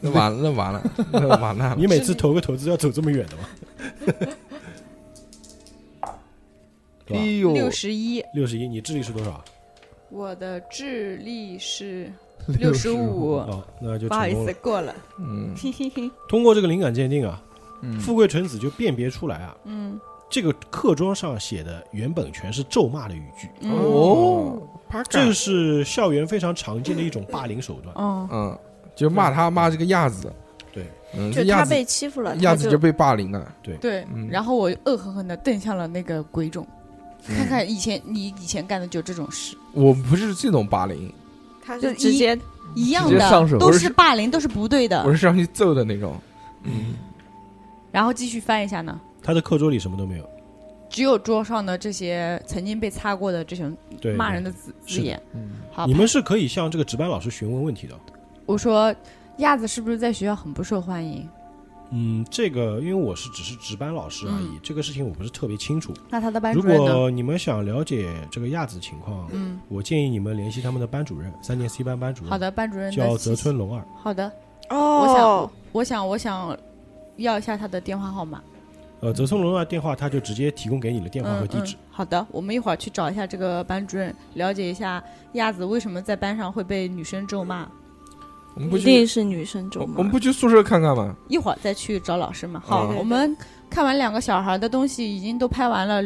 Speaker 1: 那完了，那完了， *laughs* 那完蛋了
Speaker 5: 你。每次投个投资要走这么远
Speaker 2: *laughs*
Speaker 5: 的吗？对
Speaker 2: 哎
Speaker 5: 吧？
Speaker 2: 呦，
Speaker 7: 六十一，
Speaker 5: 六十一，你智力是多少啊？
Speaker 6: 我的智力是
Speaker 2: 六
Speaker 6: 十五，
Speaker 5: 哦，那就
Speaker 6: 不好
Speaker 5: 成
Speaker 6: 意
Speaker 5: 功
Speaker 6: 思
Speaker 5: 了。
Speaker 6: 过了。
Speaker 1: 嗯，
Speaker 5: 通过这个灵感鉴定啊，
Speaker 2: 嗯
Speaker 5: 富贵纯子就辨别出来啊，
Speaker 7: 嗯
Speaker 5: 这个课桌上写的原本全是咒骂的语句，
Speaker 7: 嗯
Speaker 1: 哦，
Speaker 5: 这个是校园非常常见的一种霸凌手段。
Speaker 7: 哦，
Speaker 1: 嗯，就骂他骂这个亚子，
Speaker 5: 对，
Speaker 1: 嗯，这
Speaker 4: 就
Speaker 1: 亚
Speaker 4: 他
Speaker 1: 子
Speaker 4: 被欺负了，
Speaker 1: 亚
Speaker 4: 他
Speaker 1: 子就被霸凌了，
Speaker 6: 对
Speaker 1: 嗯
Speaker 6: 然后我恶狠狠的瞪向了那个鬼冢，看看以前你以前干的就这种事，
Speaker 1: 我不是这种霸凌，
Speaker 4: 他
Speaker 7: 就是
Speaker 4: 直
Speaker 7: 一
Speaker 4: 接
Speaker 7: 一样
Speaker 2: 直接上手
Speaker 7: 的，都
Speaker 2: 不
Speaker 7: 是
Speaker 2: 是
Speaker 7: 霸凌，都是不对
Speaker 6: 呃
Speaker 7: 的
Speaker 1: 我。是上去揍的那种。
Speaker 6: 然后继续翻一下呢，
Speaker 5: 他的课桌里什么都没有。
Speaker 6: 只有桌上的这些曾经被擦过的这种
Speaker 5: 对，
Speaker 6: 骂人的字
Speaker 5: 是的
Speaker 6: 字眼。
Speaker 2: 嗯
Speaker 6: 好，
Speaker 5: 你们是可以向这个值班老师询问问题的。
Speaker 6: 我说鸭子是不是在学校很不受欢迎？
Speaker 5: 嗯，这个因为我是只是值班老师而已，这个事情我不是特别清楚。
Speaker 6: 那他的班
Speaker 5: 如
Speaker 6: 主任呢？
Speaker 5: 果你们想了解这个亚子情况，
Speaker 6: 嗯，
Speaker 5: 我建议你们联系他们的班主任，三年 C 班班主任，
Speaker 6: 好，的，班主任的
Speaker 5: 叫
Speaker 6: 信
Speaker 5: 泽
Speaker 6: 息
Speaker 5: 村龙二。
Speaker 6: 好的，
Speaker 4: 哦，
Speaker 6: 我想我想要一下他的电话号码、
Speaker 5: 呃，泽村龙二电话他就直接提供给你的电话和地址
Speaker 6: 嗯。嗯。好的，我们一会儿去找一下这个班主任，了解一下鸭子为什么在班上会被女生咒骂。
Speaker 1: 我们不
Speaker 4: 一
Speaker 1: 去
Speaker 4: 定，是女生
Speaker 1: 我
Speaker 4: 咒骂。
Speaker 1: 我们不去宿舍看看吗？
Speaker 6: 一会儿再去找老师嘛。
Speaker 5: 啊
Speaker 6: 好，
Speaker 1: 对
Speaker 4: 对
Speaker 6: 我们看完两个小孩的东西已经都拍完了，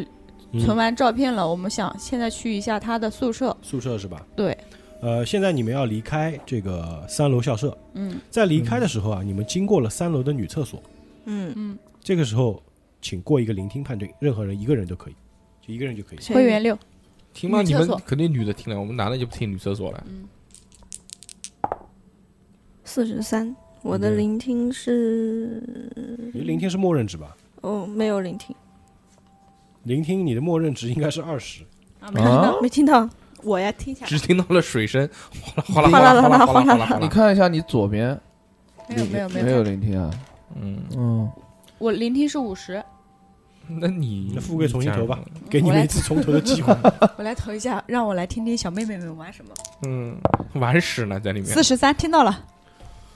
Speaker 5: 嗯
Speaker 6: 存完照片了，我们想现在去一下他的宿舍。
Speaker 5: 宿舍是吧？
Speaker 6: 对。
Speaker 5: 呃，现在你们要离开这个三楼校舍，
Speaker 6: 嗯
Speaker 5: 在离开的时候啊，你们经过了三楼的女厕所，
Speaker 4: 嗯，
Speaker 6: 嗯，
Speaker 5: 这个时候请过一个聆听判定，任何人一个人都可以，就一个人就可以。
Speaker 4: 谁
Speaker 6: 会员六，
Speaker 1: 听吧，
Speaker 6: 女
Speaker 1: 你
Speaker 6: 厕
Speaker 1: 们
Speaker 6: 所
Speaker 1: 肯定女的听了，我们男的就不听女厕所了。
Speaker 4: 四十三，我的
Speaker 5: 嗯
Speaker 4: 聆听是
Speaker 6: 嗯
Speaker 5: 你聆听是默认值吧？
Speaker 4: 哦，没有聆听，
Speaker 5: 聆听你的默认值应该是二十。
Speaker 7: 啊没
Speaker 2: 啊，
Speaker 4: 没听到。
Speaker 7: 我要听一下。
Speaker 1: 只听到了水声，哗啦
Speaker 2: 哗
Speaker 1: 啦
Speaker 4: 啦
Speaker 1: 啦
Speaker 4: 啦
Speaker 1: 哗
Speaker 4: 哗
Speaker 1: 啦
Speaker 4: 啦
Speaker 1: 哗啦
Speaker 2: 你。看一下你左边，
Speaker 6: 没有
Speaker 2: 你
Speaker 6: 没有没
Speaker 2: 没
Speaker 6: 有，
Speaker 2: 有聆听啊，
Speaker 1: 嗯，
Speaker 2: 嗯，
Speaker 6: 我聆听是五十，
Speaker 1: 那你
Speaker 5: 那富贵重新投吧。给你
Speaker 6: 我
Speaker 5: 们一
Speaker 6: 来
Speaker 5: 次从头的机会。
Speaker 6: *laughs* 我来投一下，让我来听听小妹妹们玩什么。
Speaker 1: 嗯，玩屎呢在里面
Speaker 7: 四。十三，听到了。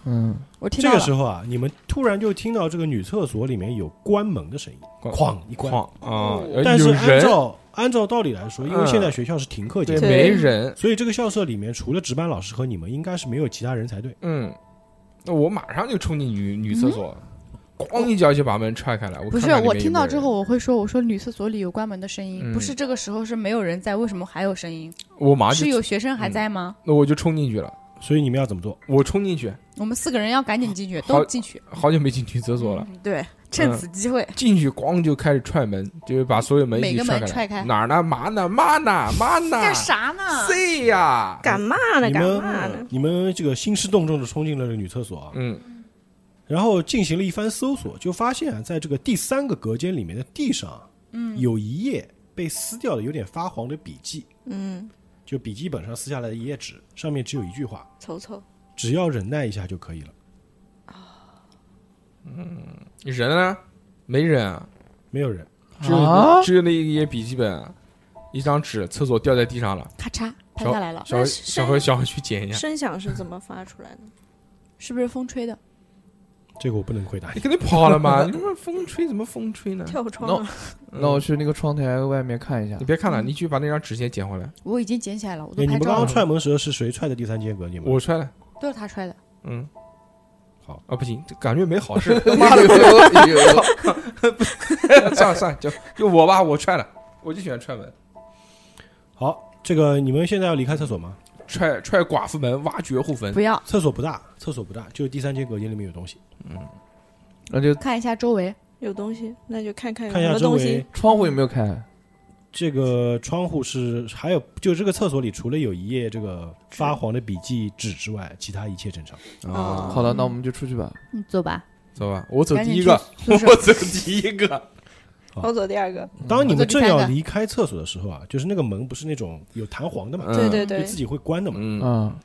Speaker 2: 嗯，
Speaker 6: 我听
Speaker 5: 这
Speaker 6: 到
Speaker 5: 个
Speaker 6: 了，
Speaker 5: 时候啊，你们突然就听到这个女厕所里面有关门的声音，哐一关。
Speaker 1: 哐啊！
Speaker 5: 但
Speaker 1: 有
Speaker 5: 是按
Speaker 1: 人
Speaker 5: 照按照道理来说，因为
Speaker 1: 嗯
Speaker 5: 现在学校是停课
Speaker 1: 对
Speaker 5: 阶段，
Speaker 1: 没人，
Speaker 5: 所以这个校舍里面除了值班老师和你们，应该是没有其他人才对。
Speaker 1: 嗯，那我马上就冲进女女厕所，咣一脚就把门踹开来。
Speaker 6: 不
Speaker 1: 看
Speaker 6: 是
Speaker 1: 看里面
Speaker 6: 我
Speaker 1: 有
Speaker 6: 听
Speaker 1: 没有
Speaker 6: 到之后，我会说，我说女厕所里有关门的声音，
Speaker 1: 嗯
Speaker 6: 不是这个时候是没有人在，为什么还有声音？
Speaker 1: 人，我马
Speaker 6: 是
Speaker 1: 上就
Speaker 6: 有学生还在吗？
Speaker 1: 那我就冲进去了。
Speaker 5: 所以你们要怎么做？
Speaker 1: 我冲进去，
Speaker 6: 我们四个人要赶紧进去，
Speaker 1: 好
Speaker 6: 都进去。
Speaker 1: 好久没进女厕所了。
Speaker 6: 嗯对，
Speaker 7: 趁此机会，
Speaker 1: 进去咣就开始踹门，就是把所有门嗯哎一起
Speaker 7: 每个
Speaker 1: 踹
Speaker 7: 门
Speaker 1: 开来。
Speaker 7: 踹开
Speaker 1: 哪儿呢？嘛呢？嘛呢？嘛呢？
Speaker 7: 干啥呢？
Speaker 1: 谁呀？
Speaker 4: 干嘛呢？
Speaker 5: 你
Speaker 4: 干
Speaker 5: 们
Speaker 4: 嘛呢？
Speaker 5: 你们这个兴师动众的冲进了这个女厕所啊，
Speaker 1: 嗯，
Speaker 5: 然后进行了一番搜索，就发现啊，在这个第三个隔间里面的地上，嗯，有一页被撕掉的有点发黄的笔记，
Speaker 4: 嗯，
Speaker 5: 就笔记本上撕下来的一页纸，上面只有一句话：
Speaker 4: 瞅瞅，
Speaker 5: 只要忍耐一下就可以了。
Speaker 1: 人呢？没人啊，
Speaker 5: 没有人，
Speaker 1: 只有那、
Speaker 2: 啊
Speaker 1: 只有那一页笔记本，一张纸，厕所掉在地上了。
Speaker 7: 咔嚓拍下来了，
Speaker 1: 小何
Speaker 4: 那是
Speaker 1: 小何小何去捡一下，
Speaker 4: 声响是怎么发出来的？
Speaker 6: 是不是风吹的？
Speaker 5: 这个我不能回答
Speaker 1: 你
Speaker 5: 你。
Speaker 1: 肯定跑了 *laughs* 嘛？你他妈风吹怎么风吹呢？
Speaker 4: 跳窗啊！
Speaker 1: 嗯
Speaker 2: 那我去那个窗台外面看一下
Speaker 1: 你。别看了，你去把那张纸先捡回来。
Speaker 2: 嗯
Speaker 7: 我已经捡起来了，我
Speaker 5: 哎
Speaker 7: 都
Speaker 5: 你
Speaker 7: 拍
Speaker 5: 们刚
Speaker 7: 照
Speaker 5: 刚
Speaker 7: 了，
Speaker 5: 踹门时候是谁踹的第三间隔间门？
Speaker 1: 我踹了，
Speaker 7: 都是他摔的。
Speaker 1: 嗯，
Speaker 5: 好
Speaker 1: 啊，不行，这感觉没好
Speaker 2: *laughs*
Speaker 1: 事。
Speaker 2: 妈的，哎
Speaker 1: 算了算了，就就我吧，我踹了，我就喜欢踹门，
Speaker 5: 好，这个你们现在要离开厕所吗？
Speaker 1: 踹踹寡妇门，挖掘户坟
Speaker 7: 不。要
Speaker 5: 厕所不大，厕所不大，就是第三间隔间里面有东西，
Speaker 2: 那就
Speaker 7: 看一下周围，
Speaker 4: 有东西，那就看看有
Speaker 5: 看一
Speaker 4: 什
Speaker 5: 下
Speaker 4: 么
Speaker 5: 周
Speaker 4: 东
Speaker 5: 围
Speaker 4: 西。。
Speaker 2: 窗户有没有开？
Speaker 5: 这个窗户是还有，就这个厕所里除了有一页这个发黄的笔记纸之外，其他一切正常。
Speaker 1: 啊，
Speaker 2: 好了，那我们就出去吧。
Speaker 7: 你走吧。
Speaker 1: 走吧，我走
Speaker 7: 赶
Speaker 1: 第
Speaker 7: 紧
Speaker 1: 一个，
Speaker 7: 去宿
Speaker 1: *laughs*
Speaker 7: 舍
Speaker 1: 我走第一个。
Speaker 5: 好
Speaker 4: 我走第二个，
Speaker 5: 当你
Speaker 7: 我
Speaker 5: 们
Speaker 7: 走
Speaker 5: 正
Speaker 7: 第三
Speaker 5: 要
Speaker 7: 个
Speaker 5: 离开厕所的时候啊，就是那个门不是那种有弹簧的嘛，
Speaker 1: 嗯
Speaker 4: 对对
Speaker 5: 就
Speaker 4: 对，
Speaker 5: 自己会关的嘛。
Speaker 1: 嗯，
Speaker 2: 嗯，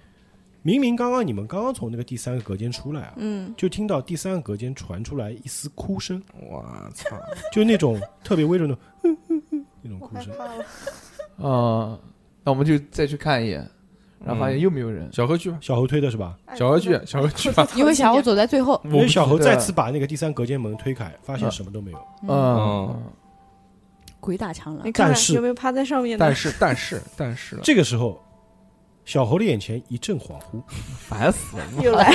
Speaker 5: 明明刚刚你们刚刚从那个第三个隔间出来啊，
Speaker 4: 嗯，
Speaker 5: 就听到第三个隔间传出来一丝哭声，
Speaker 1: 我操，
Speaker 5: 就那种特别微弱的 *laughs* 那种哭声。
Speaker 4: *laughs* 了。
Speaker 2: 啊，那我们就再去看一眼，然后发
Speaker 1: 嗯
Speaker 2: 现又没有人。
Speaker 1: 小何去吧，
Speaker 5: 小猴推的是吧？
Speaker 4: 哎
Speaker 1: 小何去，小何去
Speaker 6: *laughs*
Speaker 1: 吧。
Speaker 4: 啊
Speaker 7: 因为小欧走在最后，
Speaker 1: 我
Speaker 5: 因为小猴
Speaker 2: 知道
Speaker 5: 再次把那个第三隔间门推开，发现什么都没有。
Speaker 2: 嗯，
Speaker 7: 鬼打墙了
Speaker 4: 你，看
Speaker 5: 但
Speaker 4: 看
Speaker 5: 是
Speaker 4: 有没有趴在上面的
Speaker 1: 但？是但是但是了，
Speaker 5: 这个时候，小猴的眼前一阵恍惚，
Speaker 2: 烦死了。
Speaker 4: 又来，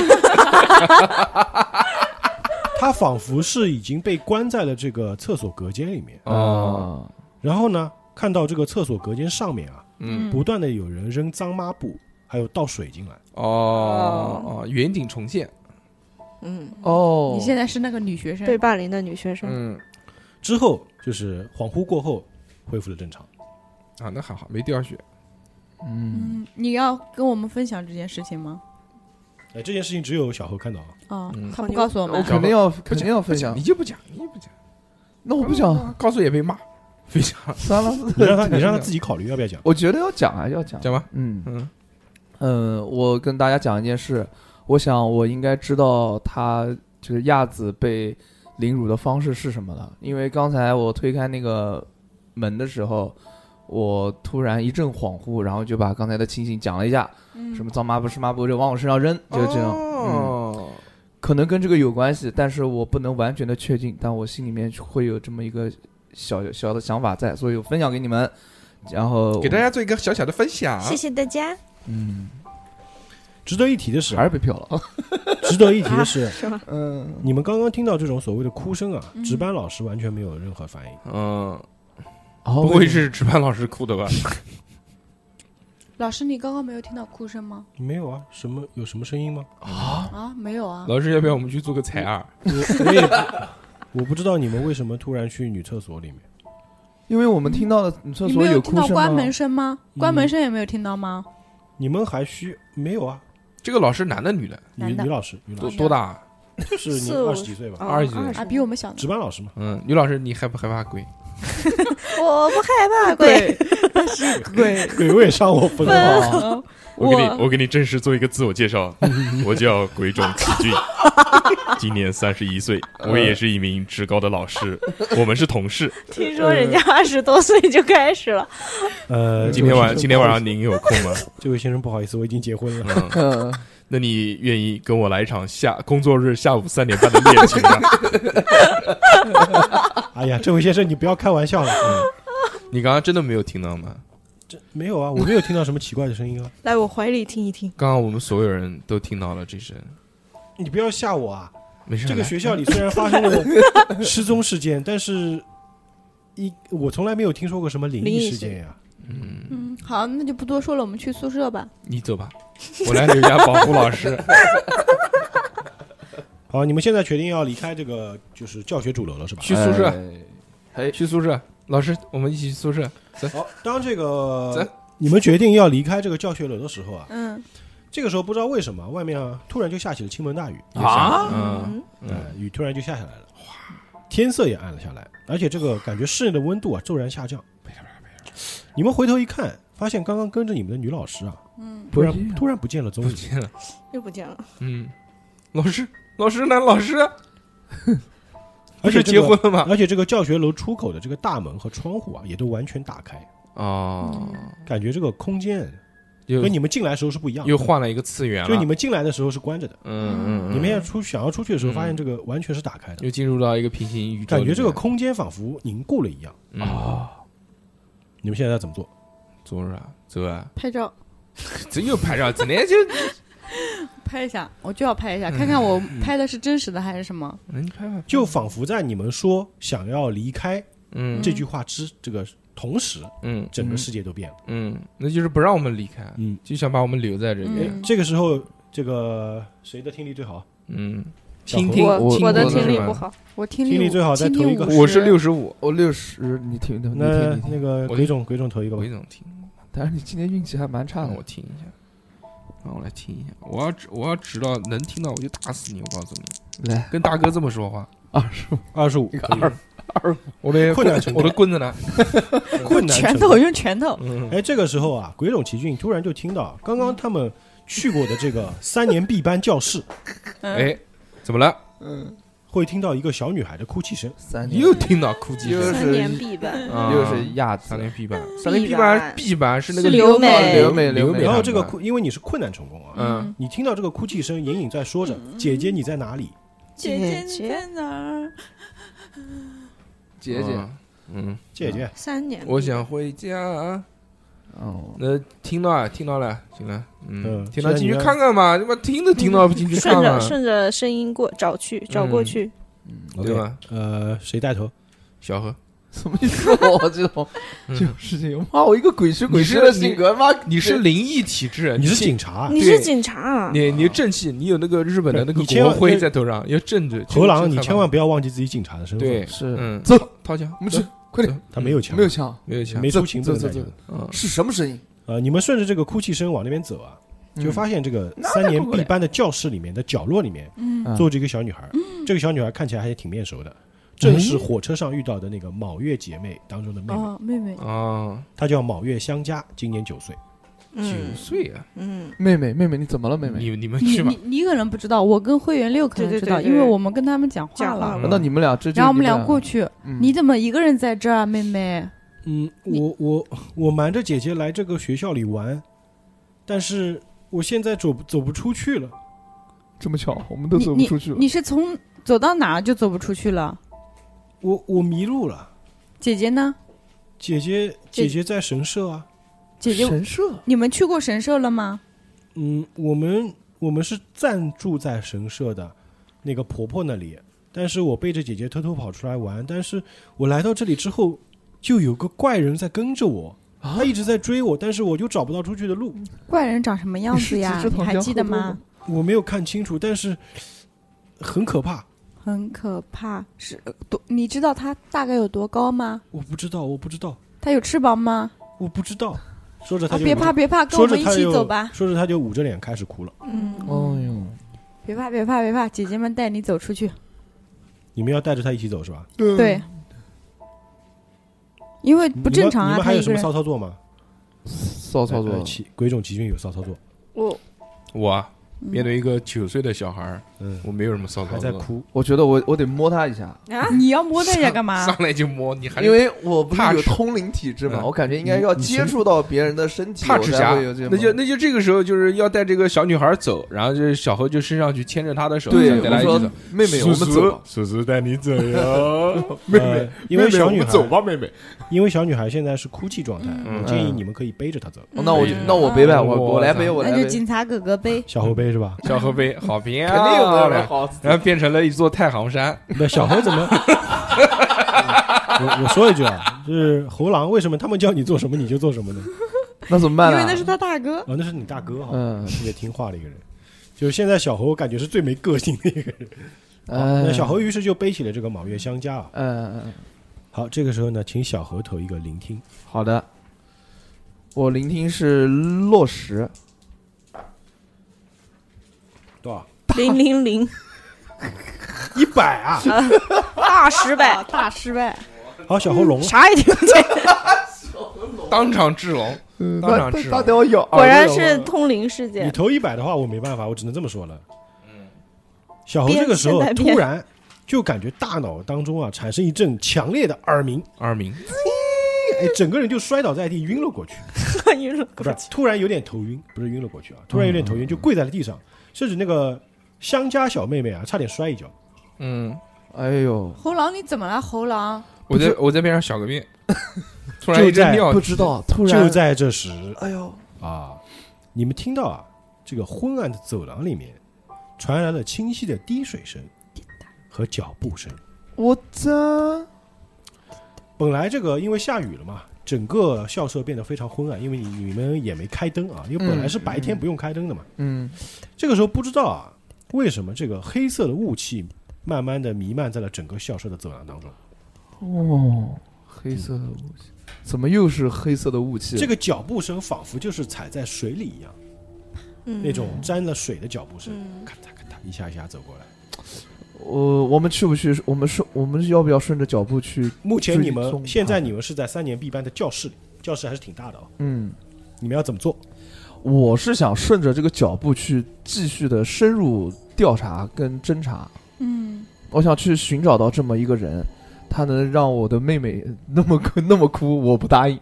Speaker 5: 他仿佛是已经被关在了这个厕所隔间里面。
Speaker 1: 哦，
Speaker 2: 啊，
Speaker 5: 然后呢，看到这个厕所隔间上面啊，
Speaker 1: 嗯，
Speaker 5: 不断的有人扔脏抹布，还有倒水啊进来。
Speaker 1: 哦哦，远景重现，
Speaker 4: 嗯，
Speaker 2: 哦，
Speaker 7: 你现在是那个女学生，
Speaker 4: 被霸凌的女学生，
Speaker 1: 嗯，
Speaker 5: 之后就是恍惚过后，恢复了正常。
Speaker 1: 啊，那还好，没掉血。
Speaker 2: 嗯，
Speaker 7: 嗯，你要跟我们分享这件事情吗？
Speaker 5: 哎，这件事情只有小何看到 *laughs* 啊。
Speaker 7: 啊
Speaker 1: 嗯，
Speaker 7: 他不告诉我们
Speaker 1: 我，
Speaker 2: 肯定要肯定要分享
Speaker 1: 你。就不讲，你就不讲，
Speaker 2: 那我不讲，
Speaker 1: 啊告诉也被骂，非常
Speaker 2: 算了，
Speaker 5: 你让他，你让他自己考虑要不要讲。
Speaker 2: *laughs* 我觉得要讲啊，要讲。
Speaker 1: 讲吧，
Speaker 2: 嗯
Speaker 1: 嗯
Speaker 2: 嗯，我跟大家讲一件事，我想我应该知道他就是亚子被凌辱的方式是什么了，因为刚才我推开那个门的时候，我突然一阵恍惚，然后就把刚才的情形讲了一下，什么脏抹布、湿抹布就往我身上扔，就这样。嗯，
Speaker 1: 哦，
Speaker 2: 可能跟这个有关系，但是我不能完全的确定，但我心里面会有这么一个小小的想法在，所以我分享给你们，然后
Speaker 1: 给大家做一个小小的分享。
Speaker 4: 谢谢大家。
Speaker 2: 嗯，
Speaker 5: 值得一提的是 *laughs*
Speaker 2: 还，是被票了，
Speaker 5: 值得一提的 *laughs* 是，
Speaker 4: 是吧？
Speaker 2: 嗯。
Speaker 5: 你们刚刚听到这种所谓的哭声啊，值班老师完全没有任何反应。
Speaker 1: 嗯，
Speaker 2: *laughs* 哦
Speaker 1: 不会是值班老师哭的吧？
Speaker 6: 老师，你刚刚没有听到哭声吗？
Speaker 5: 没有啊，什么有什么声音吗？
Speaker 6: 啊，没有啊。
Speaker 1: 老师，要不要我们去做个采二？
Speaker 5: 我我也不我不知道你们为什么突然去女厕所里面。
Speaker 2: 因为我们听到了
Speaker 7: 嗯
Speaker 2: 女厕
Speaker 6: 你
Speaker 2: 所
Speaker 6: 没有听
Speaker 2: 哭
Speaker 6: 到
Speaker 2: 声啊
Speaker 6: 关门
Speaker 2: 吗？
Speaker 6: 声吗？关门声也没有听到吗？
Speaker 5: 你们还需没有啊？
Speaker 1: 这个老师男的女的？
Speaker 5: 女
Speaker 7: 男的
Speaker 5: 女老师，女老
Speaker 1: 多
Speaker 5: 师
Speaker 1: 多大？啊
Speaker 5: 是你
Speaker 4: 四五
Speaker 5: 二十几岁吧？
Speaker 4: 哦
Speaker 1: 二十几岁
Speaker 6: 啊，比我们小呢
Speaker 5: 值。班老师嘛，
Speaker 1: 嗯，女老师，你害不害怕鬼？
Speaker 4: 我不害怕鬼，
Speaker 7: 鬼，
Speaker 5: 鬼味上
Speaker 1: *laughs*
Speaker 5: 我分啊了。
Speaker 7: 我给你
Speaker 1: 我给你正式做一个自我介
Speaker 2: *laughs*
Speaker 1: 绍，我叫鬼冢奇俊，今年三十一岁，我也是一名职高的老师，我们是同 *laughs* 事。
Speaker 4: 听说人家二十多岁就开始了，
Speaker 5: 呃，
Speaker 1: 嗯今天 *laughs* 晚
Speaker 5: 这位先生
Speaker 1: 今天晚上您有 *laughs* 空吗？
Speaker 5: 这位先生不好意思，我已经结婚了。
Speaker 1: 嗯，
Speaker 2: 嗯，
Speaker 1: *laughs* 那你愿意跟我来一场下工作日下午三点半的恋情吗？
Speaker 5: 哎呀，这位先生，你不要开玩笑了。
Speaker 1: *laughs* 嗯你刚刚真的没有听到吗？
Speaker 5: *laughs* 这没有啊，我没有听到什么奇怪的声音啊！
Speaker 4: 来我怀里听一听。
Speaker 1: 刚刚我们所有人都听到了这声，
Speaker 5: 你不要吓我啊！
Speaker 1: 没事。
Speaker 5: 这个
Speaker 1: 来
Speaker 5: 学校里虽然发
Speaker 1: *laughs*
Speaker 5: 生了失踪事件，但是一我从来没有听说过什么灵
Speaker 4: 灵异
Speaker 5: 异事
Speaker 4: 事
Speaker 5: 件呀、
Speaker 1: 嗯，
Speaker 6: 嗯，好，那就不多说了，我们去宿舍吧。
Speaker 1: *laughs* 你走吧，我来刘家保护老师。
Speaker 5: 好，你们现在决定要离开这个就是教学主楼了，是吧？
Speaker 1: 去宿舍，
Speaker 2: 哎，
Speaker 1: 去宿舍，老师，我们一起去宿舍。
Speaker 5: 好，当这个
Speaker 1: 咱
Speaker 5: 你们决定要离开这个教学楼的时候啊，
Speaker 4: 嗯
Speaker 5: 这个时候不知道为什么，外面啊突然就下起了倾盆大雨，
Speaker 2: 啊
Speaker 1: 嗯，
Speaker 5: 哎、雨突然就下下来了，天色也暗了下来，而且这个感觉室内的温度啊骤然下降。你们回头一看，发现刚刚跟着你们的女老师啊，
Speaker 4: 嗯，
Speaker 5: 突
Speaker 2: 不
Speaker 5: 然
Speaker 2: 见
Speaker 5: 突然不见了踪
Speaker 1: 不
Speaker 5: 影。
Speaker 1: 见了。
Speaker 4: 又不见了。
Speaker 1: 嗯，老师，老师呢？老师，
Speaker 5: 而
Speaker 1: 不
Speaker 5: 且
Speaker 1: 是
Speaker 5: 这
Speaker 1: 结
Speaker 5: 个
Speaker 1: 婚了吗？
Speaker 5: *laughs* 而且这个教学楼出口的这个大门和窗户啊，也都完全打开，
Speaker 1: 哦，
Speaker 5: 感觉这个空间
Speaker 1: 又
Speaker 5: 跟你们进来的时候是不一样的。
Speaker 1: 又换了一个次元了。
Speaker 5: 就你们进来的时候是关着的，
Speaker 1: 嗯，嗯嗯，
Speaker 5: 你们要出想要出去的时候，
Speaker 1: 嗯
Speaker 5: 发现这个完全是打开的，
Speaker 1: 又进入到一个平行宇宙里
Speaker 5: 感
Speaker 1: 面，
Speaker 5: 觉这个空间仿佛凝固了一样。
Speaker 1: 啊，
Speaker 5: 你们现在要怎么做？
Speaker 1: 做啥？走啊！
Speaker 7: 拍照
Speaker 1: 这又拍照，今天就
Speaker 7: 拍一下，我就要拍一下，看看我拍的是真实的还是什么。
Speaker 1: 能拍吧？
Speaker 5: 就仿佛在你们说想要离开
Speaker 1: 嗯
Speaker 5: 这句话之这个同时，
Speaker 1: 嗯
Speaker 5: 整个世界都变了。
Speaker 1: 嗯，那就是不让我们离开，
Speaker 5: 嗯，
Speaker 1: 就想把我们留在
Speaker 2: 嗯
Speaker 1: 这边。
Speaker 5: 哎这个时候，这个谁的听力最好？
Speaker 1: 嗯，
Speaker 5: 小何
Speaker 1: 倾听
Speaker 4: 我
Speaker 2: 我
Speaker 4: 我的
Speaker 1: 我
Speaker 4: 听力
Speaker 1: 是
Speaker 4: 不
Speaker 1: 吧
Speaker 4: 好，
Speaker 7: 我听
Speaker 5: 听力最好再
Speaker 7: 听力
Speaker 5: 投一个
Speaker 7: 50
Speaker 1: 我是六，十五，
Speaker 2: 我六十，你听，你听，
Speaker 5: 那
Speaker 2: 你听，
Speaker 5: 那个
Speaker 1: 我
Speaker 5: 鬼冢，鬼冢投一个吧
Speaker 1: 我也。能听，
Speaker 2: 但是你今天运气还蛮差
Speaker 1: 让
Speaker 2: 的
Speaker 1: 我。听一下，让我来听一下。我要知我要知道能听到我就打死你，我告诉你，
Speaker 2: 来，
Speaker 1: 跟大哥这么说话，
Speaker 2: 二十五，
Speaker 5: 二十五，
Speaker 2: 一个
Speaker 5: 可以
Speaker 2: 二
Speaker 1: 我的
Speaker 5: 困难程度
Speaker 1: 我的棍子呢？
Speaker 5: 困难
Speaker 7: 拳
Speaker 5: 程
Speaker 7: 头
Speaker 5: 度。
Speaker 7: 用拳头，
Speaker 1: 嗯
Speaker 5: 哎，这个时候啊，鬼冢奇骏突然就听到刚刚他们去过的这个三年 B 班教室，
Speaker 1: 哎，怎么了？
Speaker 2: 嗯，
Speaker 5: 会听到一个小女孩的哭泣声。
Speaker 2: 三年
Speaker 1: 又
Speaker 2: *laughs*
Speaker 1: 听到哭泣
Speaker 2: 又
Speaker 1: 声
Speaker 2: 是
Speaker 4: 三年必
Speaker 1: *laughs*
Speaker 4: 办。
Speaker 1: 啊
Speaker 2: 又是亚子
Speaker 1: 三，连 B 版，
Speaker 4: 三
Speaker 1: 三
Speaker 4: 连
Speaker 1: 连
Speaker 4: B
Speaker 1: B
Speaker 4: 版
Speaker 1: 版 B 版是那
Speaker 4: 是
Speaker 1: 个
Speaker 4: 留美
Speaker 1: 留
Speaker 2: 留美
Speaker 1: 留
Speaker 2: 对
Speaker 1: 他
Speaker 5: 然
Speaker 1: 们
Speaker 5: 后这个
Speaker 1: 版
Speaker 5: 哭，因为你是困难成功啊，
Speaker 1: 嗯
Speaker 5: 你听到这个哭泣声，隐隐在说着：“姐姐你在哪里
Speaker 4: 姐姐你在
Speaker 6: 哪儿？
Speaker 2: 姐姐，，
Speaker 1: 嗯，？”
Speaker 5: 姐姐，
Speaker 4: 三年，
Speaker 1: 我想回家。
Speaker 2: 哦， *laughs*
Speaker 1: 那听到啊，听到了，行了，嗯
Speaker 5: 嗯，
Speaker 1: 听到
Speaker 5: 现在
Speaker 1: 进去
Speaker 5: 你要
Speaker 1: 看看嘛，他妈听都听到嗯不进去
Speaker 4: 顺
Speaker 1: 看嗯
Speaker 4: 着
Speaker 1: 看，
Speaker 4: 顺着声音过找去找过去，
Speaker 1: 对吧？
Speaker 2: 嗯
Speaker 5: 呃，谁带头？
Speaker 1: 小何，
Speaker 2: 什么意思？啊我这种
Speaker 1: 嗯
Speaker 2: 这种事情，妈，我一个鬼吃鬼吃的
Speaker 1: 你是
Speaker 2: 性格，妈，
Speaker 1: 你是灵异体质，
Speaker 5: 你是
Speaker 1: 警，
Speaker 5: 警察，啊
Speaker 4: 你是警察啊？
Speaker 1: 你你正气，你有那个日本的那
Speaker 5: 不是
Speaker 1: 个
Speaker 5: 你千万
Speaker 1: 国徽在头上，要正着。
Speaker 5: 头狼，
Speaker 1: 这个
Speaker 5: 你
Speaker 1: 这个
Speaker 5: 千万不要忘记自己警察的身份。
Speaker 1: 对，
Speaker 2: 是
Speaker 1: 嗯，
Speaker 2: 走
Speaker 1: 掏，掏枪，嗯
Speaker 2: 我们去，快点，
Speaker 5: 他没有枪，
Speaker 2: 没有枪，
Speaker 1: 没有枪，
Speaker 5: 没
Speaker 2: 走
Speaker 5: 出勤，
Speaker 2: 走
Speaker 5: 不能
Speaker 2: 走
Speaker 5: 带
Speaker 2: 走
Speaker 5: 枪
Speaker 1: 嗯
Speaker 2: 是什么声音？
Speaker 5: 呃，你们顺着这个哭泣声往那边走啊，
Speaker 1: 嗯
Speaker 2: 嗯
Speaker 5: 就发现这个
Speaker 2: 那
Speaker 5: 三年
Speaker 2: 那不
Speaker 5: B 班的教室里面的角落里面
Speaker 2: 嗯
Speaker 5: 坐着一个小女孩，这个小女孩看起来还挺面熟的，正是火车上遇到的那个卯月姐妹当中的妹妹，
Speaker 7: 哦，妹妹，
Speaker 1: 啊，
Speaker 5: 她叫卯月香佳，今年九岁。
Speaker 1: 九
Speaker 4: 嗯
Speaker 1: 岁啊，
Speaker 4: 嗯，
Speaker 2: 妹妹，妹妹，你怎么了，妹妹？
Speaker 1: 你你们
Speaker 7: 你
Speaker 1: 去吧
Speaker 7: 你，你可能不知道，我跟会员六可能
Speaker 4: 对对
Speaker 7: 知道，
Speaker 4: 对对
Speaker 7: 因为我们跟他们讲话
Speaker 4: 讲话
Speaker 7: 了。
Speaker 4: 了
Speaker 1: 嗯
Speaker 2: 难道你们俩这？
Speaker 7: 然后我们
Speaker 2: 这
Speaker 7: 俩
Speaker 2: 你
Speaker 7: 过去，
Speaker 2: 嗯
Speaker 7: 你怎么一个人在这儿啊，妹妹？
Speaker 5: 嗯，我我我瞒着姐姐来这个学校里玩，但是我现在走走不出去了。
Speaker 2: 这么巧，我们都
Speaker 7: 你
Speaker 2: 走不出去了
Speaker 7: 你。是从走到哪儿就走不出去了？
Speaker 5: 我我迷路了，
Speaker 7: 姐姐呢？
Speaker 5: 姐姐姐姐在神社啊。
Speaker 7: 姐姐，
Speaker 2: 神社
Speaker 7: 你们去过神社了吗？
Speaker 5: 嗯，我们我们是暂住在神社的那个婆婆那里，但是我背着姐姐偷偷跑出来玩，但是我来到这里之后，就有个怪人在跟着我，
Speaker 2: 啊
Speaker 5: 他一直在追我，但是我就找不到出去的路，
Speaker 7: 怪人长什么样子呀
Speaker 2: 你是？指
Speaker 7: 你还记得吗？
Speaker 5: 我没有看清楚，但是很可怕。
Speaker 7: 很可怕，是呃多？你知道它大概有多高吗？
Speaker 5: 我不知道，我不知道，
Speaker 7: 它有翅膀吗？
Speaker 5: 我不知道。说着
Speaker 7: 啊，
Speaker 5: 他就、
Speaker 7: 别怕，别怕，跟
Speaker 5: 说
Speaker 7: 我
Speaker 5: 着
Speaker 7: 们一
Speaker 5: 他
Speaker 7: 起
Speaker 5: 就
Speaker 7: 走吧。
Speaker 5: 说着他就捂着脸开始哭了。
Speaker 2: 哦
Speaker 7: 嗯
Speaker 2: 哟，
Speaker 7: 别怕，别怕，别怕，姐姐们带你走出去。
Speaker 5: 你们要带着他一起走是吧？
Speaker 7: 对，因为不正常
Speaker 5: 你们你
Speaker 7: 啊，
Speaker 5: 们还
Speaker 7: 他
Speaker 5: 有
Speaker 7: 一
Speaker 5: 什
Speaker 7: 个
Speaker 5: 么
Speaker 7: 人
Speaker 5: 骚操作吗？
Speaker 2: 骚操
Speaker 5: 呃
Speaker 2: 作，
Speaker 5: 奇鬼冢奇骏有骚操作，
Speaker 4: 我
Speaker 1: 我啊面对一个九岁的小孩儿，
Speaker 5: 嗯，
Speaker 1: 我没有什么骚操
Speaker 5: 还
Speaker 1: 作，
Speaker 5: 在哭。
Speaker 2: 我觉得我我得摸他一下，
Speaker 4: 啊，
Speaker 7: 你要摸他一下干嘛？
Speaker 1: 上来 *laughs* 就摸，你还是
Speaker 2: 因为我不是有
Speaker 1: touch
Speaker 2: 通灵体质嘛，
Speaker 1: 嗯
Speaker 2: 我感觉应该要
Speaker 5: 你你
Speaker 2: 接触到别人的身体，
Speaker 1: 踏指
Speaker 2: 我才
Speaker 1: 甲
Speaker 2: 会有这种
Speaker 1: 那就那就这个时候就是要带这个小女孩走，然后就是小何就伸上去牵着她的手，
Speaker 2: 对
Speaker 1: 带她
Speaker 2: 我
Speaker 1: 一起
Speaker 2: 说
Speaker 1: 走。
Speaker 2: 妹妹，我们走吧，
Speaker 1: 叔叔带你走哟，
Speaker 5: *laughs* 妹妹，呃因为小女孩，
Speaker 1: 吧，妹妹。
Speaker 5: 因为小女孩现在是哭泣状态，
Speaker 1: 嗯
Speaker 5: 我建议你们可以背着她走，
Speaker 2: 哦 *laughs* 那我就
Speaker 1: 可以
Speaker 2: 那我背呗，
Speaker 1: 哇
Speaker 2: 我我来背，
Speaker 1: 那
Speaker 2: 我来
Speaker 7: 那就
Speaker 2: 背，
Speaker 7: 警察哥哥呗。
Speaker 5: 小猴背是吧？
Speaker 1: 小何杯好评
Speaker 2: 肯定有
Speaker 1: 啊，
Speaker 2: 没人好，
Speaker 1: 然后变成了一座太行山。
Speaker 5: 嗯那小猴怎 *laughs* 么？我我说一句啊，就是猴狼为什么他们叫你做什么你就做什么呢？
Speaker 2: 那怎么办
Speaker 7: 因为那
Speaker 2: 呢
Speaker 7: 是？他大哥，
Speaker 5: 啊，那是你大哥哈，
Speaker 2: 嗯
Speaker 5: 特别听话的一个人。就是现在小猴，我感觉是最没个性的一个人。好 *laughs* 那
Speaker 2: 哎
Speaker 5: 小猴于是就背起了这个卯月香家啊。
Speaker 2: 嗯，嗯，
Speaker 5: 好，这个时候呢，请小猴投一个聆听。
Speaker 2: 好的。我聆听是落实，
Speaker 5: 多少？
Speaker 4: 零
Speaker 1: *laughs*
Speaker 4: 零零，
Speaker 5: 一百啊！
Speaker 4: 大啊失败，
Speaker 7: 大失败，
Speaker 5: 好，小猴聋了。
Speaker 4: 啥也
Speaker 1: 哎
Speaker 4: 听不见，
Speaker 1: 当场制聋，当场制
Speaker 2: 他
Speaker 1: 聋。
Speaker 2: 等我咬，
Speaker 4: 果然是通灵事
Speaker 5: 你
Speaker 4: 件。
Speaker 5: 投一百的话，我没办法，我只能这么说了。
Speaker 1: 嗯
Speaker 5: 小猴这个时候
Speaker 4: 边现在边
Speaker 5: 突然就感觉大脑当中啊产生一阵强烈的耳鸣，
Speaker 1: 二名，
Speaker 5: 哎，整个人就摔倒在地，晕了过去。
Speaker 4: 晕了，
Speaker 5: 不是，突然有点头晕，不是晕了过去啊，突然有点头晕，就跪在了地上，甚至那个香家小妹妹啊，差点摔一跤。
Speaker 1: 嗯，
Speaker 2: 哎呦，
Speaker 6: 猴狼，你怎么了？猴狼，
Speaker 1: 我在我在边上小个 *laughs* 便，突然一
Speaker 5: 就在
Speaker 1: 阵尿
Speaker 2: 不知道，突然
Speaker 5: 就在这时
Speaker 2: 哎呦，
Speaker 5: 啊，你们听到啊，这个昏暗的走廊里面传来了清晰的滴水声和脚步声。
Speaker 2: 我这
Speaker 5: 本来这个因为下雨了嘛，整个校舍变得非常昏暗，因为你你们也没开灯啊，因为本来是白天不用开灯的嘛。
Speaker 2: 嗯，
Speaker 5: 这个时候不知道啊，为什么这个黑色的雾气慢慢的弥漫在了整个校舍的走廊当中。
Speaker 2: 哦，黑色的雾气，怎么又是黑色的雾气？
Speaker 5: 这个脚步声仿佛就是踩在水里一样，
Speaker 4: *laughs* 嗯
Speaker 5: 那种沾了水的脚步声，
Speaker 4: 嗯，
Speaker 5: 咔嗒咔嗒一下一下走过来。
Speaker 2: 我我们去不去？我们顺我们要不要顺着脚步去？
Speaker 5: 目前你
Speaker 2: 追踪
Speaker 5: 们
Speaker 2: 它
Speaker 5: 现在你们是在三年 B 班的教室里，教室还是挺大的哦。
Speaker 2: 嗯，
Speaker 5: 你们要怎么做？
Speaker 2: 我是想顺着这个脚步去继续的深入调查跟侦查。
Speaker 7: 嗯，
Speaker 2: 我想去寻找到这么一个人，他能让我的妹妹那么哭 *laughs* 那么哭，我不答应。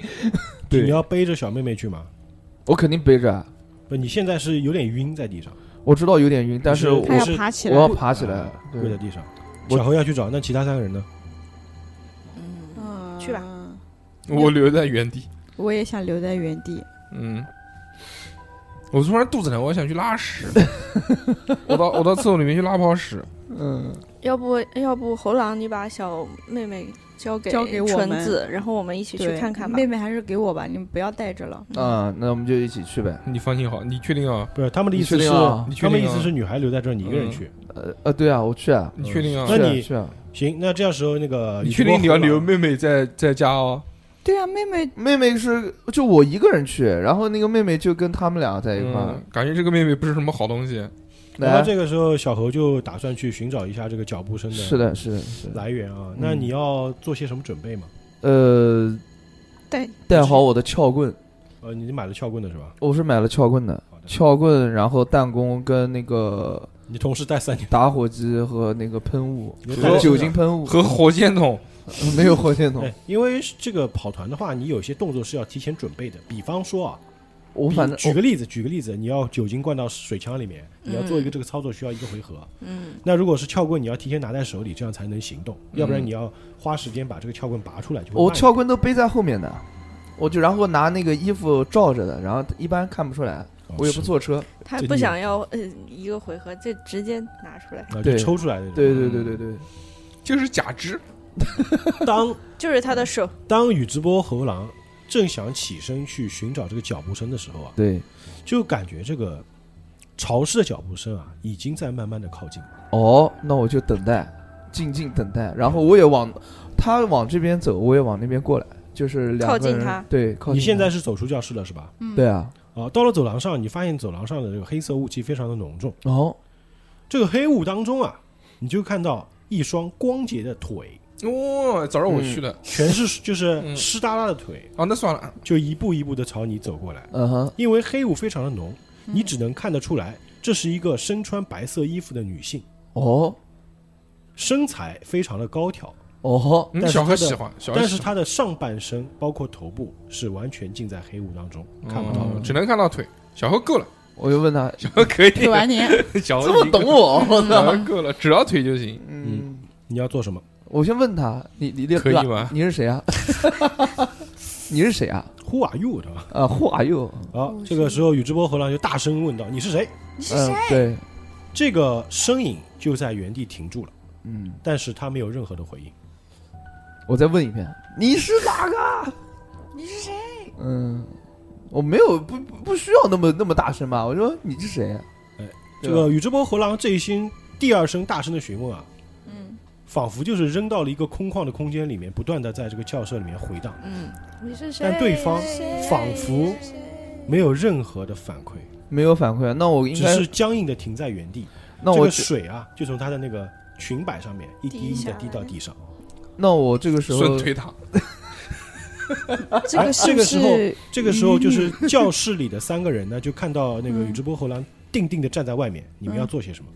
Speaker 2: 对
Speaker 5: 你要背着小妹妹去吗？
Speaker 2: 我肯定背着，啊
Speaker 5: 不，你现在是有点晕在地上，
Speaker 2: 我知道有点晕，但是
Speaker 5: 你
Speaker 2: 我
Speaker 5: 是
Speaker 7: 他要
Speaker 5: 是
Speaker 7: 爬起
Speaker 2: 我
Speaker 7: 来，
Speaker 2: 要爬起来
Speaker 5: 啊。跪在
Speaker 2: 对，
Speaker 5: 地上。
Speaker 2: 我
Speaker 5: 小侯要去找，那其他三个人呢？
Speaker 7: 嗯，
Speaker 4: 去吧。
Speaker 1: 我留在原地。
Speaker 7: 我也想留在原地，
Speaker 1: 嗯，我突然肚子疼，我想去拉 *laughs* 屎。我到我到厕所里面去拉泡屎。
Speaker 2: 嗯，
Speaker 4: 要不要不猴狼，你把小妹妹交给
Speaker 7: 交给我
Speaker 4: 纯
Speaker 7: 们
Speaker 4: 子，然后我们一起去
Speaker 7: 对
Speaker 4: 看看吧
Speaker 7: 妹。妹还是给我吧，你们不要带着了。
Speaker 2: 啊，那我们就一起去呗。
Speaker 1: 你放心好，你确定啊？
Speaker 5: 不是，他们的意思
Speaker 2: 你
Speaker 5: 是
Speaker 2: 确定啊，
Speaker 1: 你确
Speaker 5: 他们
Speaker 1: 定
Speaker 5: 意
Speaker 1: 啊
Speaker 5: 思是女孩留在这儿，你一个人去。
Speaker 2: 呃呃，对啊，我去啊，
Speaker 1: 你确定啊
Speaker 5: 那？
Speaker 2: 去啊
Speaker 5: 你
Speaker 2: 去啊。
Speaker 5: 行，那这样时候那个
Speaker 1: 你确
Speaker 5: 去
Speaker 1: 定你要留妹妹在在家哦？
Speaker 7: 对啊，妹妹
Speaker 2: 妹妹是就我一个人去，然后那个妹妹就跟他们俩在一块儿
Speaker 1: 嗯。，感觉这个妹妹不是什么好东西。
Speaker 5: 然后
Speaker 2: 来，
Speaker 5: 这个时候，小猴就打算去寻找一下这个脚步声
Speaker 2: 是的，嗯是的，是的。
Speaker 5: 来源啊。那你要做些什么准备吗？
Speaker 2: 呃，
Speaker 4: 带
Speaker 2: 带好我的撬棍，
Speaker 5: 呃，你买了撬棍的是吧？
Speaker 2: 我是买了撬棍的，
Speaker 5: 好的。
Speaker 2: 撬棍，然后弹弓跟那个
Speaker 5: 你同时带三年，
Speaker 2: 打火机和那个喷雾， *laughs*
Speaker 5: 你
Speaker 1: 和
Speaker 5: 带
Speaker 2: 酒精喷雾，
Speaker 1: 和火箭筒，
Speaker 2: *laughs* 没有火箭筒
Speaker 5: *laughs* 哎。，因为这个跑团的话，你有些动作是要提前准备的。比方说啊，
Speaker 2: 我
Speaker 5: 比
Speaker 2: 反正
Speaker 5: 举个例子，举个例子，你要酒精灌到水枪里面，你要做
Speaker 2: 嗯
Speaker 5: 一个这个操作需要一个回合。
Speaker 4: 嗯，
Speaker 5: 那如果是撬棍，你要提前拿在手里，这样才能行动，要不然
Speaker 1: 嗯
Speaker 5: 你要花时间把这个撬棍拔出来就会慢一
Speaker 2: 我
Speaker 5: 点。
Speaker 2: 撬棍都背在后面的，我就然后拿那个衣服罩着的，然后一般看不出来。
Speaker 5: 哦
Speaker 2: 我也
Speaker 5: 是
Speaker 2: 不坐车。
Speaker 4: 他
Speaker 5: 这
Speaker 4: 不
Speaker 5: 你
Speaker 4: 想要呃一个回合，这直接拿出来，
Speaker 5: 啊，就
Speaker 2: 对
Speaker 5: 抽出来的。
Speaker 2: 对对对对对，
Speaker 1: 就是假肢。
Speaker 5: 当
Speaker 4: 就是他
Speaker 5: 嗯
Speaker 4: 的手。
Speaker 5: 当宇智波猴郎正想起身去寻找这个脚步声的时候啊，
Speaker 2: 对，
Speaker 5: 就感觉这个潮湿的脚步声啊，已经在慢慢的靠近了。
Speaker 2: 哦，那我就等待，静静等待，然后我也往他往这边走，我也往那边过来，就是两个
Speaker 4: 靠近
Speaker 2: 人
Speaker 4: 他
Speaker 2: 对靠近他。
Speaker 5: 你现在是走出教室了是吧？
Speaker 2: 对啊，
Speaker 5: 啊，到了走廊上，你发现走廊上的这个黑色雾气非常的浓重。
Speaker 2: 哦，
Speaker 5: 这个黑雾当中啊，你就看到一双光洁的腿，
Speaker 1: 哦，早
Speaker 5: 嗯
Speaker 1: 上我去了。
Speaker 5: 全是 *laughs* 就是
Speaker 1: 嗯
Speaker 5: 湿哒哒的腿，
Speaker 1: 哦，那算了，
Speaker 5: 就一步一步的朝你走过来。
Speaker 2: 嗯哼，
Speaker 5: 因为黑雾非常的浓，你只能看得出来，这是一个身穿白色衣服的女性，
Speaker 2: 哦
Speaker 5: 身材非常的高挑，
Speaker 2: 哦，
Speaker 5: 但
Speaker 1: 嗯，
Speaker 5: 是
Speaker 1: 小
Speaker 5: 他
Speaker 1: 何
Speaker 5: 的
Speaker 1: 喜欢，小何
Speaker 5: 但
Speaker 1: 喜
Speaker 5: 是
Speaker 1: 欢，
Speaker 5: 她的上半身包括头部是完全浸在黑雾当中，看不到
Speaker 1: 哦
Speaker 5: 的。
Speaker 1: 只能看到腿。小何够了，
Speaker 2: 我就问他
Speaker 1: 小何可以
Speaker 7: 对
Speaker 5: *laughs*
Speaker 7: 完年
Speaker 1: *laughs*
Speaker 5: 哎
Speaker 1: 小何
Speaker 2: 这么
Speaker 1: 已经
Speaker 2: 懂我，我
Speaker 1: 小
Speaker 2: 操，
Speaker 1: 何够了，只要腿就行，
Speaker 2: 嗯，
Speaker 5: 你要做什么？
Speaker 2: 我先问他，你你你
Speaker 1: 可以吗
Speaker 2: 你是谁啊？ *laughs* 你是谁啊？
Speaker 5: Who are you？对吧？
Speaker 2: 啊，Who are you？
Speaker 5: 好，这个时候宇智波和狼就大声问道：“你是谁
Speaker 2: 嗯，对，？”
Speaker 5: 这个身影就在原地停住了，
Speaker 2: 嗯，
Speaker 5: 但是他没有任何的回应。
Speaker 2: 我再问一遍，你是哪个？
Speaker 6: 你是谁？
Speaker 2: 嗯，我没有不不不需要那么那么大声吧？我说你是谁？对
Speaker 5: 哎
Speaker 2: 吧，
Speaker 5: 这个宇智波和狼这一声第二声大声的询问啊，仿佛就是扔到了一个空旷的空间里面，不断的在这个校舍里面回荡，
Speaker 7: 嗯，
Speaker 4: 你是谁？
Speaker 5: 但对方仿佛没有任何的反馈，
Speaker 2: 没有反馈啊，那我应
Speaker 5: 只
Speaker 2: 该
Speaker 5: 是僵硬的停在原地。
Speaker 2: 那
Speaker 5: 这
Speaker 2: 我
Speaker 5: 个
Speaker 2: 这
Speaker 5: 水啊，就从他的那个裙摆上面一滴
Speaker 4: 滴
Speaker 5: 一滴的滴
Speaker 4: 下来
Speaker 5: 到地上。
Speaker 2: 那我这个时
Speaker 1: 顺
Speaker 2: 候
Speaker 1: 推塔，
Speaker 4: 这个
Speaker 5: 哎
Speaker 4: 是
Speaker 5: 这
Speaker 4: 不
Speaker 5: 个时候
Speaker 4: 是
Speaker 5: 这个时
Speaker 2: *laughs*
Speaker 5: 候，就是嗯教室里的三个人呢，就看到那个宇智波猴郎定定的站在外面，你们要做些什么？